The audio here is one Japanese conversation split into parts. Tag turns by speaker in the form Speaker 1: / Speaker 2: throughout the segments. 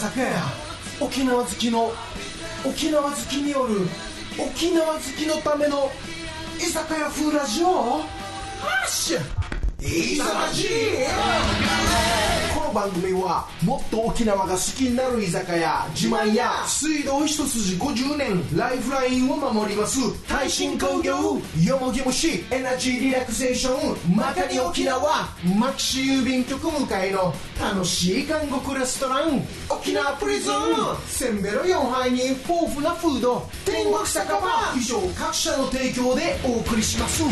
Speaker 1: 昨夜沖縄好きの沖縄好きによる沖縄好きのための居酒屋風ラジオハッシュいざまじこの番組はもっと沖縄が好きになる居酒屋自慢や水道一筋50年ライフラインを守ります耐震工業よもぎ虫エナジーリラクゼーションまかに沖縄マキシ郵便局向かいの楽しい韓国レストラン沖縄プリズンせんべろ4杯に豊富なフード天国酒場以上各社の提供でお送りします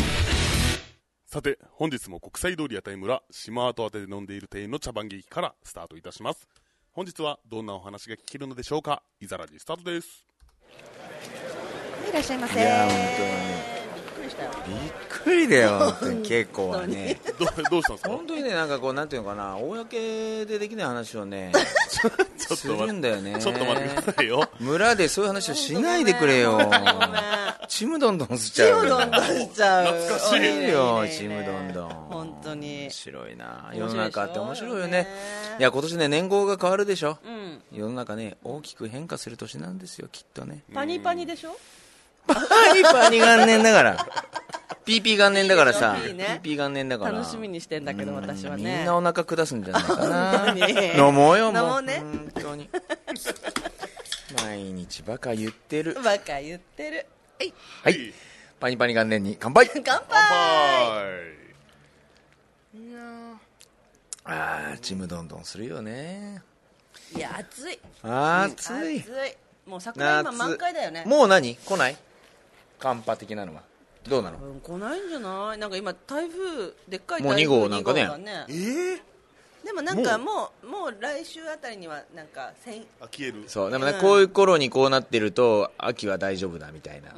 Speaker 2: さて、本日も国際通り屋台村、島跡宛てで飲んでいる店員の茶番劇からスタートいたします。本日はどんなお話が聞けるのでしょうかいざらじスタートです。
Speaker 3: いらっしゃいませ
Speaker 4: いや本当にびっくりだよ本当に結構はね
Speaker 2: どう、 どうしたんですか
Speaker 4: 本当にねなんかこうなんていうのかな公でできない話を ねす
Speaker 2: ちょっと
Speaker 4: るんだよ
Speaker 2: 待っ
Speaker 4: ね
Speaker 2: て、ちょっと待ってくださいよ。
Speaker 4: 村でそういう話をしないでくれよ ちむどんどんしちゃう
Speaker 3: どんどんしちゃう
Speaker 2: 懐かしい
Speaker 4: いいよちむ
Speaker 3: む
Speaker 4: どんどん
Speaker 3: 本当に
Speaker 4: 面白いな
Speaker 3: 面白いでしょ
Speaker 4: 世の中って面白いよね
Speaker 3: ね
Speaker 4: いや今年ね年号が変わるでしょ
Speaker 3: うん
Speaker 4: 世の中ね大きく変化する年なんですよきっとね
Speaker 3: パニパニでしょ
Speaker 4: パニパニ元年だから。ピーピー元年だからさ。
Speaker 3: いい
Speaker 4: ピ
Speaker 3: でしょいいね
Speaker 4: ーピー元年だから。
Speaker 3: 楽しみにしてんだけど私は
Speaker 4: み
Speaker 3: ね
Speaker 4: んなお腹下すんじゃないかな。
Speaker 3: 本当に
Speaker 4: 飲もうよ、もう。
Speaker 3: 飲もうね
Speaker 4: 本当に。毎日バカ言ってる。
Speaker 3: バカ言ってるはい
Speaker 4: はい。パニパニ元年に乾杯
Speaker 3: 乾杯
Speaker 2: は
Speaker 4: ああ、ちむどんどんするよね。
Speaker 3: いや暑い
Speaker 4: あー
Speaker 3: 暑
Speaker 4: 暑い。
Speaker 3: もう桜
Speaker 4: 夏
Speaker 3: 今満開だよね
Speaker 4: もう何来ない寒波的なのは。どうなの
Speaker 3: うん来ないんじゃないなんか今台風でっかい
Speaker 4: もう
Speaker 3: 台風
Speaker 4: 二号なんかね
Speaker 3: 二号がでもなんかもうもう来週あたりにはなんかせん
Speaker 2: い。あ、消える。
Speaker 4: そう、でもね、
Speaker 3: うん
Speaker 4: こういう頃にこうなってると、秋は大丈夫だみたいなって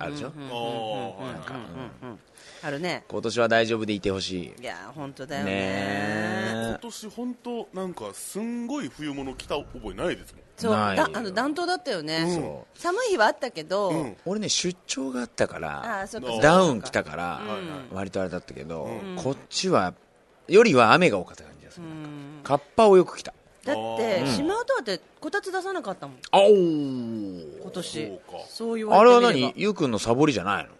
Speaker 4: あるでしょ、
Speaker 2: おー、はい
Speaker 3: あるね
Speaker 4: 今年は大丈夫でいてほし
Speaker 3: いや本当だ
Speaker 4: い
Speaker 3: よね
Speaker 2: 今
Speaker 4: ね
Speaker 2: 年本当なんかすんごい冬物着た覚えないですもん。
Speaker 3: そう
Speaker 4: ない
Speaker 3: だあの暖冬だったよね
Speaker 4: そ
Speaker 3: 寒い日はあったけど、
Speaker 2: うん
Speaker 4: 俺ね出張があったか
Speaker 3: あ
Speaker 4: ら
Speaker 3: あそうかそうか
Speaker 4: ダウン来たから割とあれだったけど、こっちはよりは雨が多かった感じがするなんかカッパをよく着た
Speaker 3: だって島跡ってこたつ出さなかったもん
Speaker 4: あお
Speaker 3: 今年
Speaker 2: そうか
Speaker 3: そう言われ
Speaker 4: あ
Speaker 3: て
Speaker 4: れ
Speaker 3: みれ
Speaker 4: は
Speaker 3: ば
Speaker 4: 何ゆうくんのサボりじゃないの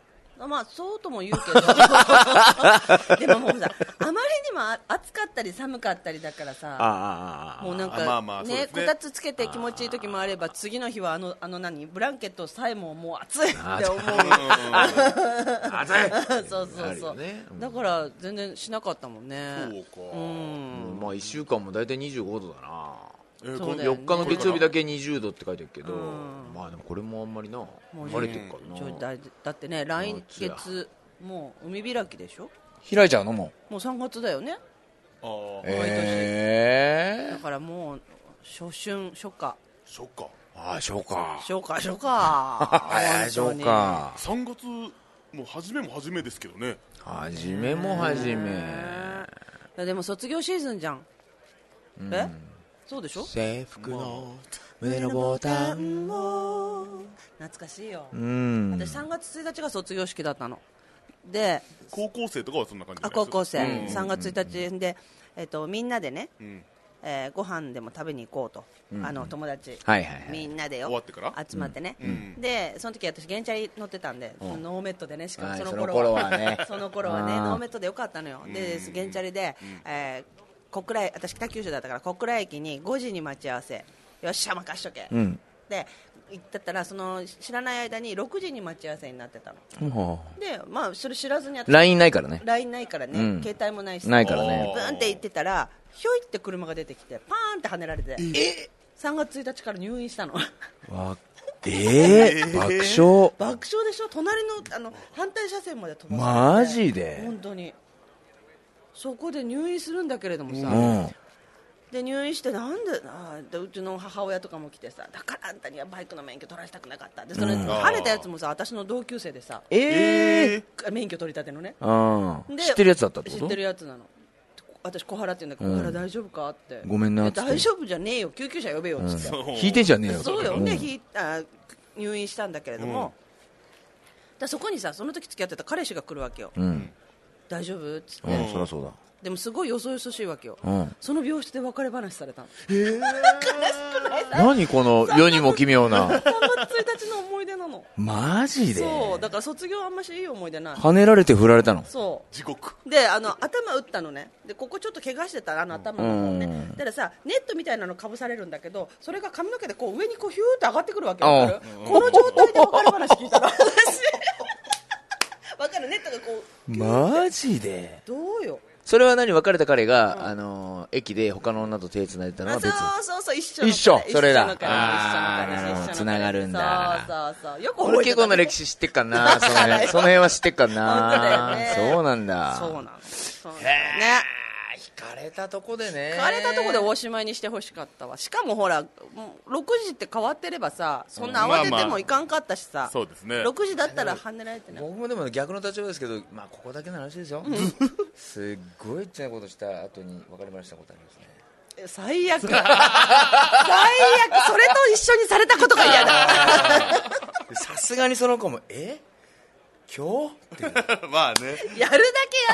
Speaker 3: まあそうとも言うけどで ももうさあまりにもあ暑かったり寒かったりだからさ
Speaker 4: あ
Speaker 3: もうなんか
Speaker 2: あまあまあそうで
Speaker 3: ね
Speaker 2: す
Speaker 3: こ
Speaker 2: ね
Speaker 3: たつつけて気持ちいい時もあれば次の日はあのあの何ブランケットさえももう暑いって思う
Speaker 4: ああざい
Speaker 3: そうそうそう、
Speaker 4: ねうん
Speaker 3: だから全然しなかったもん
Speaker 2: そ
Speaker 3: ね
Speaker 2: うか。
Speaker 3: うん
Speaker 4: まあ1週間も大体25度だな
Speaker 2: えー
Speaker 3: そうだよね
Speaker 4: 4日の月曜日だけ20度って書いてるけど、まあでもこれもあんまりな
Speaker 3: うね
Speaker 4: 晴れてるから
Speaker 3: ちょい
Speaker 4: な
Speaker 3: だいだってね来月もう海開きでしょ
Speaker 4: 開いちゃうのもう
Speaker 3: もう3月だよね
Speaker 2: あー、
Speaker 4: え
Speaker 3: だからもう初春初夏
Speaker 2: そっか。
Speaker 4: ー、ああそうか
Speaker 3: 初夏 初夏
Speaker 4: ああそうか
Speaker 2: 3月、もう初めも初めですけどね。
Speaker 4: はじめもはじめ
Speaker 3: ねいやでも卒業シーズンじゃん、えそうでしょ
Speaker 4: 制服の胸のボタン
Speaker 3: 懐かしいよ、
Speaker 4: うん
Speaker 3: 私3月1日が卒業式だったので
Speaker 2: 高校生とかはそんな感じじゃ
Speaker 3: あ
Speaker 2: ない
Speaker 3: 高
Speaker 2: です
Speaker 3: 校生、3月1日で、えっとみんなでね、
Speaker 2: ん
Speaker 3: えーご飯でも食べに行こうと、あの友達、
Speaker 4: はいはいはい
Speaker 3: みんなでよ
Speaker 2: 終わってから
Speaker 3: 集まってね、
Speaker 2: ん
Speaker 3: でその時私、現チャリ乗ってたんで、ノーメットでね、しかも
Speaker 4: はい
Speaker 3: その
Speaker 4: その
Speaker 3: 頃
Speaker 4: 頃
Speaker 3: は
Speaker 4: はね
Speaker 3: その頃はね
Speaker 4: あー
Speaker 3: ノーメットでよかったのよ、で現チャリで、えー小倉私、北九州だったから小倉駅に5時に待ち合わせ、よっしゃ、任しとけ、
Speaker 4: うん
Speaker 3: で行ってたらその知らない間に6時に待ち合わせになってたの。
Speaker 4: も
Speaker 3: でまあ、それ知らずに
Speaker 4: う
Speaker 3: 私
Speaker 4: LINE ないからね
Speaker 3: LINE ないからね、
Speaker 4: うん
Speaker 3: 携帯もないし
Speaker 4: ないからね
Speaker 3: ブーンって行ってたらひょいって車が出てきてパーンって跳ねられてえ3月1日から入院したの
Speaker 4: わえー、爆笑
Speaker 3: 爆笑でしょ隣のあの反対車線まで飛ばさ
Speaker 4: マ
Speaker 3: れて
Speaker 4: ジで
Speaker 3: 本当にそこで入院するんだけれども
Speaker 4: う
Speaker 3: さ、
Speaker 4: ん
Speaker 3: で入院してなんであーでうちの母親とかも来てさだからあんたにはバイクの免許取らせたくなかったでそれ跳ねたやつもさ私の同級生でさ
Speaker 4: ええ
Speaker 3: 免許取りたてのね
Speaker 4: ー、うん
Speaker 3: で
Speaker 4: 知ってるやつだったってこと
Speaker 3: 知ってるやつなの私小原って言うんだけど、小原大丈夫かって
Speaker 4: ごめんなっつって
Speaker 3: 大丈夫じゃねえよ救急車呼べよっつって、
Speaker 4: 引 いてんじゃねえよ
Speaker 3: そうよ、
Speaker 4: ん
Speaker 3: でひあ入院したんだけれども、だそこにさその時付き合ってた彼氏が来るわけよ、大丈夫っつって、
Speaker 4: うん、そりゃそうだ。
Speaker 3: でもすごいよそよそしいわけよ、
Speaker 4: うん
Speaker 3: その病室で別れ話された の
Speaker 4: 何この世にも奇妙な。
Speaker 3: 3月1日の思い出なの
Speaker 4: マジで
Speaker 3: そうだから卒業あんましいい思い出ない
Speaker 4: 跳ねられて振られたの。
Speaker 3: そう
Speaker 2: 地獄
Speaker 3: であの頭打ったのねでここちょっと怪我してたあの頭の方ね、だからさネットみたいなのかぶされるんだけどそれが髪の毛でこう上にこうヒューって上がってくるわけよわかるこの状態で別れ話聞いた ら私わかるネットがこう
Speaker 4: マジで
Speaker 3: どうよ
Speaker 4: それは何別れた彼が、あのー駅で他の女と手繋いでたのは
Speaker 3: あ
Speaker 4: 別。
Speaker 3: そうそうそう一緒の
Speaker 4: 一緒
Speaker 3: 彼
Speaker 4: それだ
Speaker 3: 一緒の彼
Speaker 4: あー
Speaker 3: 一緒の彼
Speaker 4: なる
Speaker 3: 一
Speaker 4: ほど
Speaker 3: 緒の彼
Speaker 4: つながるんだ
Speaker 3: そうそうそうよく覚えてたね
Speaker 4: 俺結構の歴史知ってっ かんな。その
Speaker 3: だ
Speaker 4: 辺
Speaker 3: よ
Speaker 4: その辺は知ってっかん
Speaker 3: 本当だよ
Speaker 4: な
Speaker 3: ね。
Speaker 4: そうなんだ。
Speaker 3: そうな
Speaker 4: ね。
Speaker 3: のそうなのね
Speaker 4: 惹かれたとこでね。
Speaker 3: 枯れたとこでおしまいにしてほしかったわしかもほらもう6時って変わってればさそんな慌ててもいかんかったしさ、
Speaker 2: そうですね
Speaker 3: 6時だったらはねられてない
Speaker 4: 僕もでも逆の立場ですけど、まあ、ここだけの話ですよ、すっごいちなことした後に別れましたことありますね
Speaker 3: え最悪最悪それと一緒にされたことが嫌 だ
Speaker 4: でさすがにその子もえ今日って
Speaker 2: まあね
Speaker 3: やる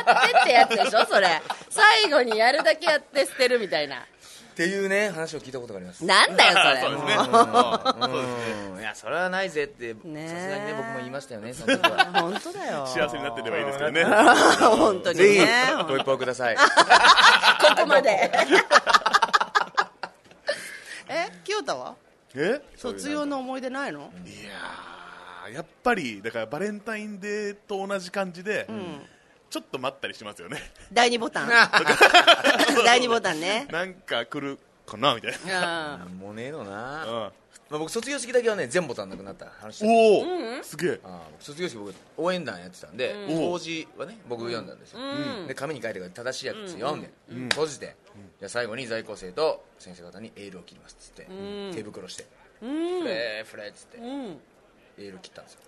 Speaker 3: だけやってってやつでしょそれ最後にやるだけやって捨てるみたいな
Speaker 4: っていうね話を聞いたことがあります、
Speaker 3: なんだよそれ
Speaker 2: そうですね
Speaker 3: もう
Speaker 2: うんそうですね
Speaker 4: うん、いやそれはないぜってさすがに
Speaker 3: ねえ
Speaker 4: ね僕も言いました よねその時は
Speaker 3: 本当だよ
Speaker 2: 幸せになってればいいですけど ね
Speaker 3: 本当に
Speaker 4: ぜ
Speaker 3: ね
Speaker 4: ひご一報く ださい
Speaker 3: ここま でえ清太は
Speaker 2: え
Speaker 3: 卒業の思い出ないの
Speaker 2: いやーやっぱりだからバレンタインデーと同じ感じで、ちょっと待ったりしますよね
Speaker 3: 第二ボタン 第二ボタンね
Speaker 2: なんか来るかなみたい
Speaker 3: うん
Speaker 4: なんもねえのな、
Speaker 2: な、うん、
Speaker 4: まあ、僕卒業式だけはね全ボタンなくなった話して
Speaker 2: おお、すげえ
Speaker 4: ああ僕卒業式僕応援団やってたんで、
Speaker 2: ん
Speaker 4: 当時はね僕読んだんですよ、で紙に書いてくれて正しいやつ読んで、閉じて、じゃあ最後に在校生と先生方にエールを切りますっつって、手袋して、フレーフレーっつって、
Speaker 3: ん
Speaker 4: エール切ったんですよ、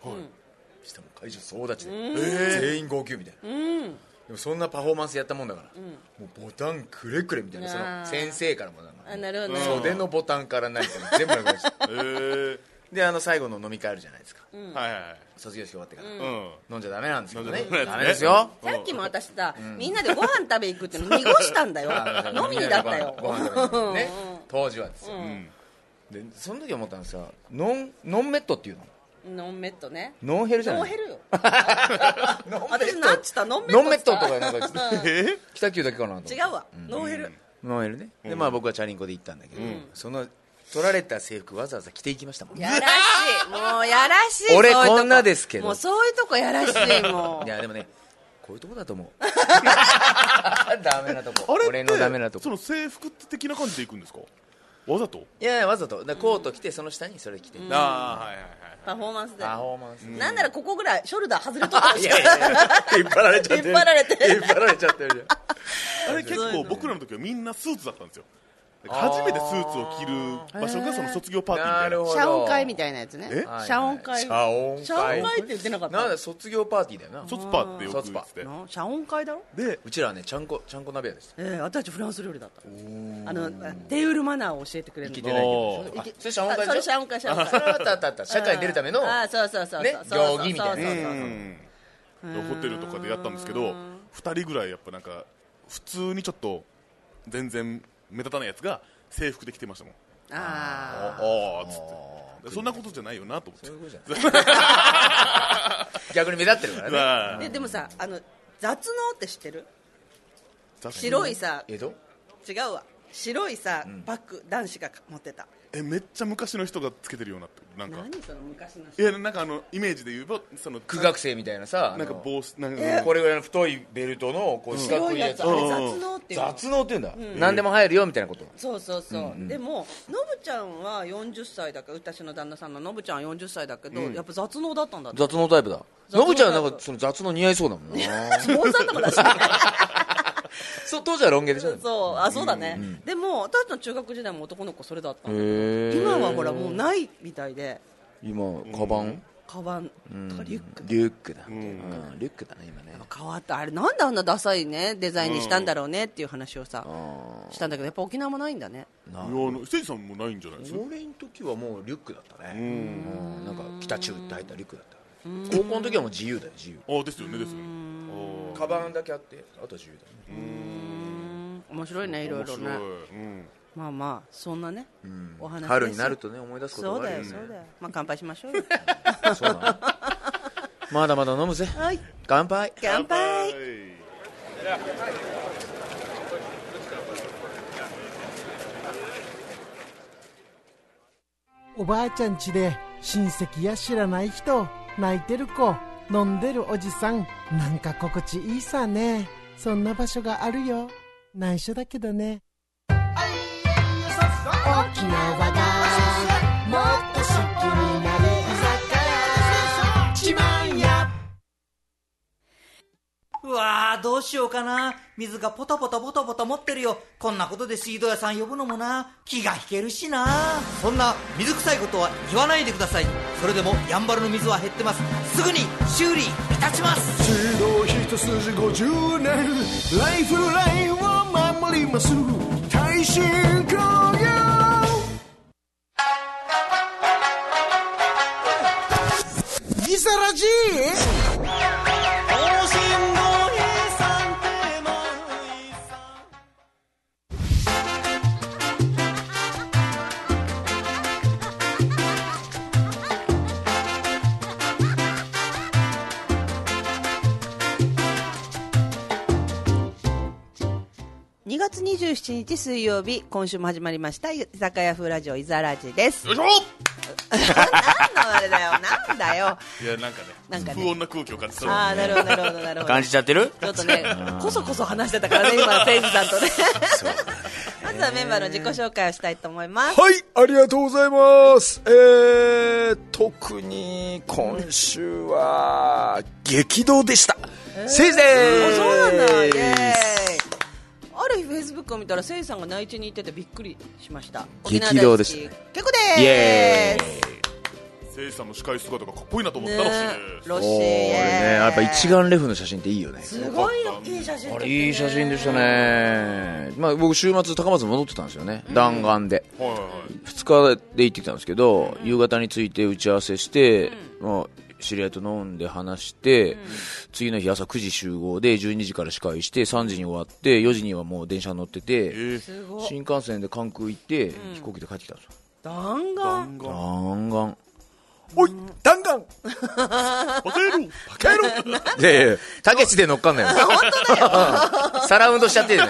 Speaker 4: そしてもう会場総立ちで、
Speaker 2: ー
Speaker 4: 全員号泣みたいな、でもそんなパフォーマンスやったもんだから、もうボタンくれくれみたいなそ
Speaker 3: あ
Speaker 4: の
Speaker 3: ー
Speaker 4: 先生からもなんか
Speaker 3: あなるほどね
Speaker 4: 袖のボタンから何から全部なくなっちゃった
Speaker 2: えー、
Speaker 4: であの最後の飲み会あるじゃないですか、
Speaker 2: はいはいはい
Speaker 4: 卒業式終わってから、
Speaker 2: うん
Speaker 4: 飲んじゃダメなんですけどね
Speaker 2: 飲んじゃダメなんですね
Speaker 4: ダメですよ
Speaker 3: さっきも私さみんなでご飯食べ行くっていうの 濁した んだよ 飲みにだったよ
Speaker 4: ご飯食べにね当時はですよ、でその時思ったんですがノンノンメットっていうの
Speaker 3: ノンメットね
Speaker 4: ノンヘルじゃない
Speaker 3: ノー ヘルよ
Speaker 4: ノンメット
Speaker 3: 私なんつったノンメット
Speaker 4: ノンメットとかなんか
Speaker 2: えー
Speaker 4: 北九だけかなと思って
Speaker 3: 違うわノーヘル
Speaker 4: ノンヘルねでまあ僕はチャリンコで行ったんだけどその取られた制服わざわざ着ていきましたもん
Speaker 3: やらしいもうやらしい
Speaker 4: 俺
Speaker 3: そういうと
Speaker 4: こんなですけど
Speaker 3: もうそういうとこやらしいも
Speaker 4: いうやでもねこういうとこだと思うダメなとこ
Speaker 2: あれって
Speaker 4: 俺のダメなと
Speaker 2: そ
Speaker 4: こ
Speaker 2: の制服って的な感じでいくんですかわざと
Speaker 4: いやいやわざとだからコート着てその下にそれ着て
Speaker 2: ああはいはいはい
Speaker 3: パフォーマンスで
Speaker 4: パフォーマンス
Speaker 3: なんならここぐらいショルダー外れとった
Speaker 4: い
Speaker 3: し
Speaker 4: やいやいや引っ張られちゃってる
Speaker 3: 引っ張られて
Speaker 4: 引っ張られちゃってるじゃん
Speaker 2: あれ結構僕らの時はみんなスーツだったんですよだから初めてスーツを着る場所がその卒業パーティーみたいな
Speaker 4: ほ
Speaker 3: 謝恩会みたいなやつね
Speaker 2: え
Speaker 4: はい
Speaker 3: 謝恩会
Speaker 4: 謝恩会
Speaker 3: 謝恩会って言ってなかった
Speaker 4: なんだ卒業パーティーだよな
Speaker 2: 卒パーってよく言ってて
Speaker 3: な謝恩会だろ
Speaker 2: で
Speaker 4: うちらはねちゃんこちゃんこ鍋屋でした
Speaker 3: ええ私たちフランス料理だったあの手売るマナーを教えてくれる
Speaker 4: 聞い
Speaker 3: の
Speaker 4: てないけど
Speaker 2: お
Speaker 4: あ
Speaker 3: いけ
Speaker 4: それ謝恩会でし
Speaker 3: あ
Speaker 4: ょ
Speaker 3: それ謝恩会 謝恩会
Speaker 4: あそれはあったあったあった社会に出るための
Speaker 3: あそうそうそうそう
Speaker 4: ね
Speaker 3: そうそう
Speaker 4: 行儀みたいな
Speaker 3: そうそうそう
Speaker 2: うんホテルとかでやったんですけど2人ぐらいやっぱなんか普通にちょっと全然目立たないやつが制服で着てましたもん
Speaker 3: あ
Speaker 2: ああーっつってそんなことじゃないよなと思って
Speaker 4: そういうことじゃない逆に目立ってるからね
Speaker 3: あ
Speaker 2: まあ
Speaker 3: ででもさあの雑能って知ってる
Speaker 2: 雑誌
Speaker 3: 白いさ
Speaker 4: 江戸
Speaker 3: 違うわ白いさバッグ男子が持ってた
Speaker 2: えめっちゃ昔の人がつけてるようになってるなんか
Speaker 3: 何その昔の人
Speaker 2: いやなんかあのイメージで言えばその
Speaker 4: 苦学生みたいなさ
Speaker 2: なんか
Speaker 4: あの
Speaker 2: 帽子なんか
Speaker 4: これぐらいの太いベルトのこう四角
Speaker 3: 白
Speaker 4: い
Speaker 3: い
Speaker 4: や
Speaker 3: や
Speaker 4: つ
Speaker 3: つあれ雑能っていうの
Speaker 4: 雑能っていうんだ何でも入るよみたいなこと
Speaker 3: そうそうそう、でもノブちゃんは40歳だから私の旦那さんのノブちゃんは40歳だけど、やっぱ雑能だったんだって
Speaker 4: 雑能タイプだ
Speaker 3: 雑能タイプ
Speaker 4: ノブちゃんはなんかその雑能似合いそうだもんな
Speaker 3: スポンサーとかだし
Speaker 4: そう当時はロン毛でしょ
Speaker 3: そうあそうだね、でも私の中学時代も男の子それだったの
Speaker 4: へ
Speaker 3: 今はほらもうないみたいで
Speaker 4: 今カバン
Speaker 3: カバンとかリュック、
Speaker 4: リュックだうんリュックだね今ね
Speaker 3: 変わったあれなんであんなダサいねデザインにしたんだろうねっていう話をさ、したんだけどやっぱ沖縄もないんだね
Speaker 2: いやあのせいじさんもないんじゃないですか
Speaker 4: 俺の時はもうリュックだったねうんなんか北中って入ったリュックだった高校の時はもう自由だよ自由
Speaker 2: あですよねですよねあ
Speaker 4: カバンだけあってあとは自由だね
Speaker 3: 面白いねいろいろね
Speaker 2: 面白いうん
Speaker 3: まあまあそんなね、お話です
Speaker 4: 春になるとね思い出すこ
Speaker 3: そう
Speaker 4: とが
Speaker 3: だ
Speaker 4: ある
Speaker 3: よ
Speaker 4: ね
Speaker 3: そうだよまあ乾杯しましょうよ
Speaker 4: そうだねまだまだ飲むぜ
Speaker 3: はい
Speaker 4: 乾杯
Speaker 3: 乾杯
Speaker 2: はい
Speaker 5: おばあちゃん家で親戚や知らない人泣いてる子飲んでるおじさんなんか心地いいさねそんな場所があるよ内緒だけどね沖縄がもっと好きになる居酒屋千葉屋
Speaker 6: うわーどうしようかな水がポタポタポタポタ持ってるよこんなことで水道屋さん呼ぶのもな気が引けるしなそんな水臭いことは言わないでくださいそれでもやんばるの水は減ってますすぐに修理いたします
Speaker 7: 水道一筋50年ライフラインを守ります耐震工業
Speaker 5: ギサラジ
Speaker 3: 2月27日水曜日今週も始まりました居酒屋風ラジオイザラジです
Speaker 2: よいしょ
Speaker 3: 何のあれだよなんだよ
Speaker 2: いやなんかね
Speaker 3: なんかね
Speaker 2: 不穏な空気を感じそう
Speaker 3: ああなるほどなるほどなるほど
Speaker 4: 感じちゃってる
Speaker 3: ちょっとね、こそこそ話してたからね、今、誠司さんとね。 まずはメンバーの自己紹介をしたいと思います。
Speaker 7: はいありがとうございますえー、特に今週は激動でしたせいぜ
Speaker 3: あ
Speaker 7: い
Speaker 3: そうなんだ、イエーイある日、フェイスブックを見たら、誠司さんが内地に行っててびっくりしました。
Speaker 4: 激動でした
Speaker 3: 沖縄大好き結構
Speaker 4: イ
Speaker 3: で
Speaker 4: エ
Speaker 3: ー
Speaker 4: ーイ
Speaker 2: せいさんの司会姿がかっこいいなと思ったらしいね
Speaker 3: す。ロシ
Speaker 4: おー
Speaker 3: ー
Speaker 4: ねやっぱ一眼レフの写真っていいよね
Speaker 3: すごいよいい写真撮
Speaker 4: あ
Speaker 3: って
Speaker 4: れ
Speaker 3: ね
Speaker 4: いい写真でしたね、まあ、僕週末高松戻ってたんですよね、弾丸で
Speaker 2: はいはい
Speaker 4: 2日で行ってきたんですけど、夕方について打ち合わせして、まあ、知り合いと飲んで話して、次の日朝9時集合で12時から司会して3時に終わって4時にはもう電車乗って
Speaker 2: え
Speaker 4: て
Speaker 2: ー、
Speaker 3: すごい
Speaker 4: 新幹線で関空行って、飛行機で帰ってきたんですよ
Speaker 3: 弾丸
Speaker 4: 弾丸
Speaker 7: おい弾丸
Speaker 2: バカ野郎
Speaker 4: いやいやたけしで乗っかんなよサラウンドしちゃってるよ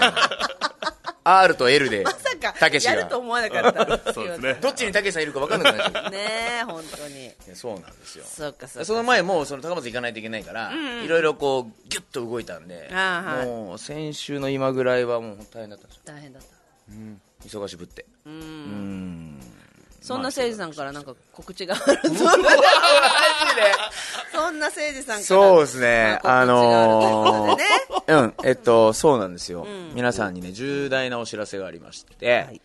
Speaker 4: R と L で
Speaker 3: まさか
Speaker 4: たけし
Speaker 3: やると
Speaker 4: が
Speaker 3: 思わなか った
Speaker 2: そうですね
Speaker 4: どっちにたけしさんいるか分かんなくなっちゃう
Speaker 3: ねえ本当に
Speaker 4: いやそうなんですよ
Speaker 3: そうかそうか
Speaker 4: その前もうその高松行かないといけないから、いろいろこうギュッと動いたんで、
Speaker 3: あーはい
Speaker 4: もう先週の今ぐらいはもう大変だったんです
Speaker 3: 大変だった
Speaker 4: よ忙しぶって
Speaker 3: そんな誠司さんからなんか告知があるとそんな誠司さんから
Speaker 4: そうですね
Speaker 3: ま
Speaker 4: あ
Speaker 3: 告知がるということ
Speaker 4: の
Speaker 3: でね
Speaker 4: ーうんえっとそうなんですよ、皆さんにね重大なお知らせがありまして、
Speaker 3: い
Speaker 2: はい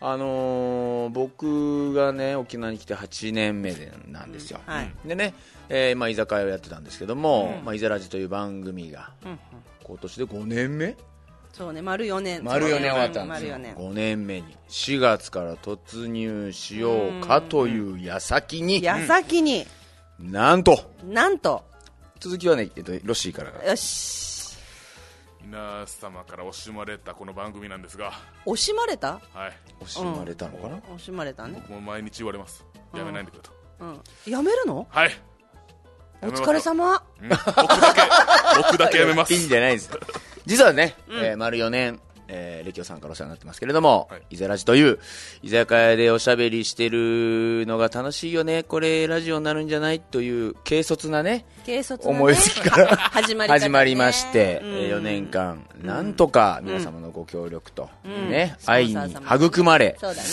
Speaker 4: あのー僕がね沖縄に来て8年目でなんですよ、
Speaker 3: はい
Speaker 4: でね、えーまあ、居酒屋をやってたんですけども「まあ、イザラジ」という番組が、今年で5年目
Speaker 3: そうね丸4年
Speaker 4: 丸4年終わったんです
Speaker 3: 丸
Speaker 4: よ
Speaker 3: 4年
Speaker 4: 5年目に4月から突入しようかという矢先に
Speaker 3: 矢先に
Speaker 4: なんと
Speaker 3: なんと
Speaker 4: 続きはね、えっと、ロッシーから
Speaker 3: よし
Speaker 2: 皆様から惜しまれたこの番組なんですが、
Speaker 3: 惜しまれた
Speaker 2: はい、
Speaker 4: 惜しまれたのかな、
Speaker 3: 惜しまれたね
Speaker 2: もう毎日言われますやめないでくれと、
Speaker 3: うんやめるの
Speaker 2: はい
Speaker 3: お疲れ様
Speaker 2: うん僕だけ僕だけやめます
Speaker 4: いいんじゃないです実はね、えー丸4年えー、レキオさんからお世話になってますけれども、
Speaker 2: はい
Speaker 4: イザラジという、居酒屋でおしゃべりしてるのが楽しいよね、これラジオになるんじゃないという、軽率なね、
Speaker 3: 軽率なね
Speaker 4: 思いつきから
Speaker 3: 始まり方ね
Speaker 4: 始まりまして、
Speaker 3: うん
Speaker 4: 4年間、なんとか皆様のご協力と、ね、
Speaker 3: スポンサー
Speaker 4: 愛に
Speaker 3: 様に
Speaker 4: 育まれ、
Speaker 3: そうだね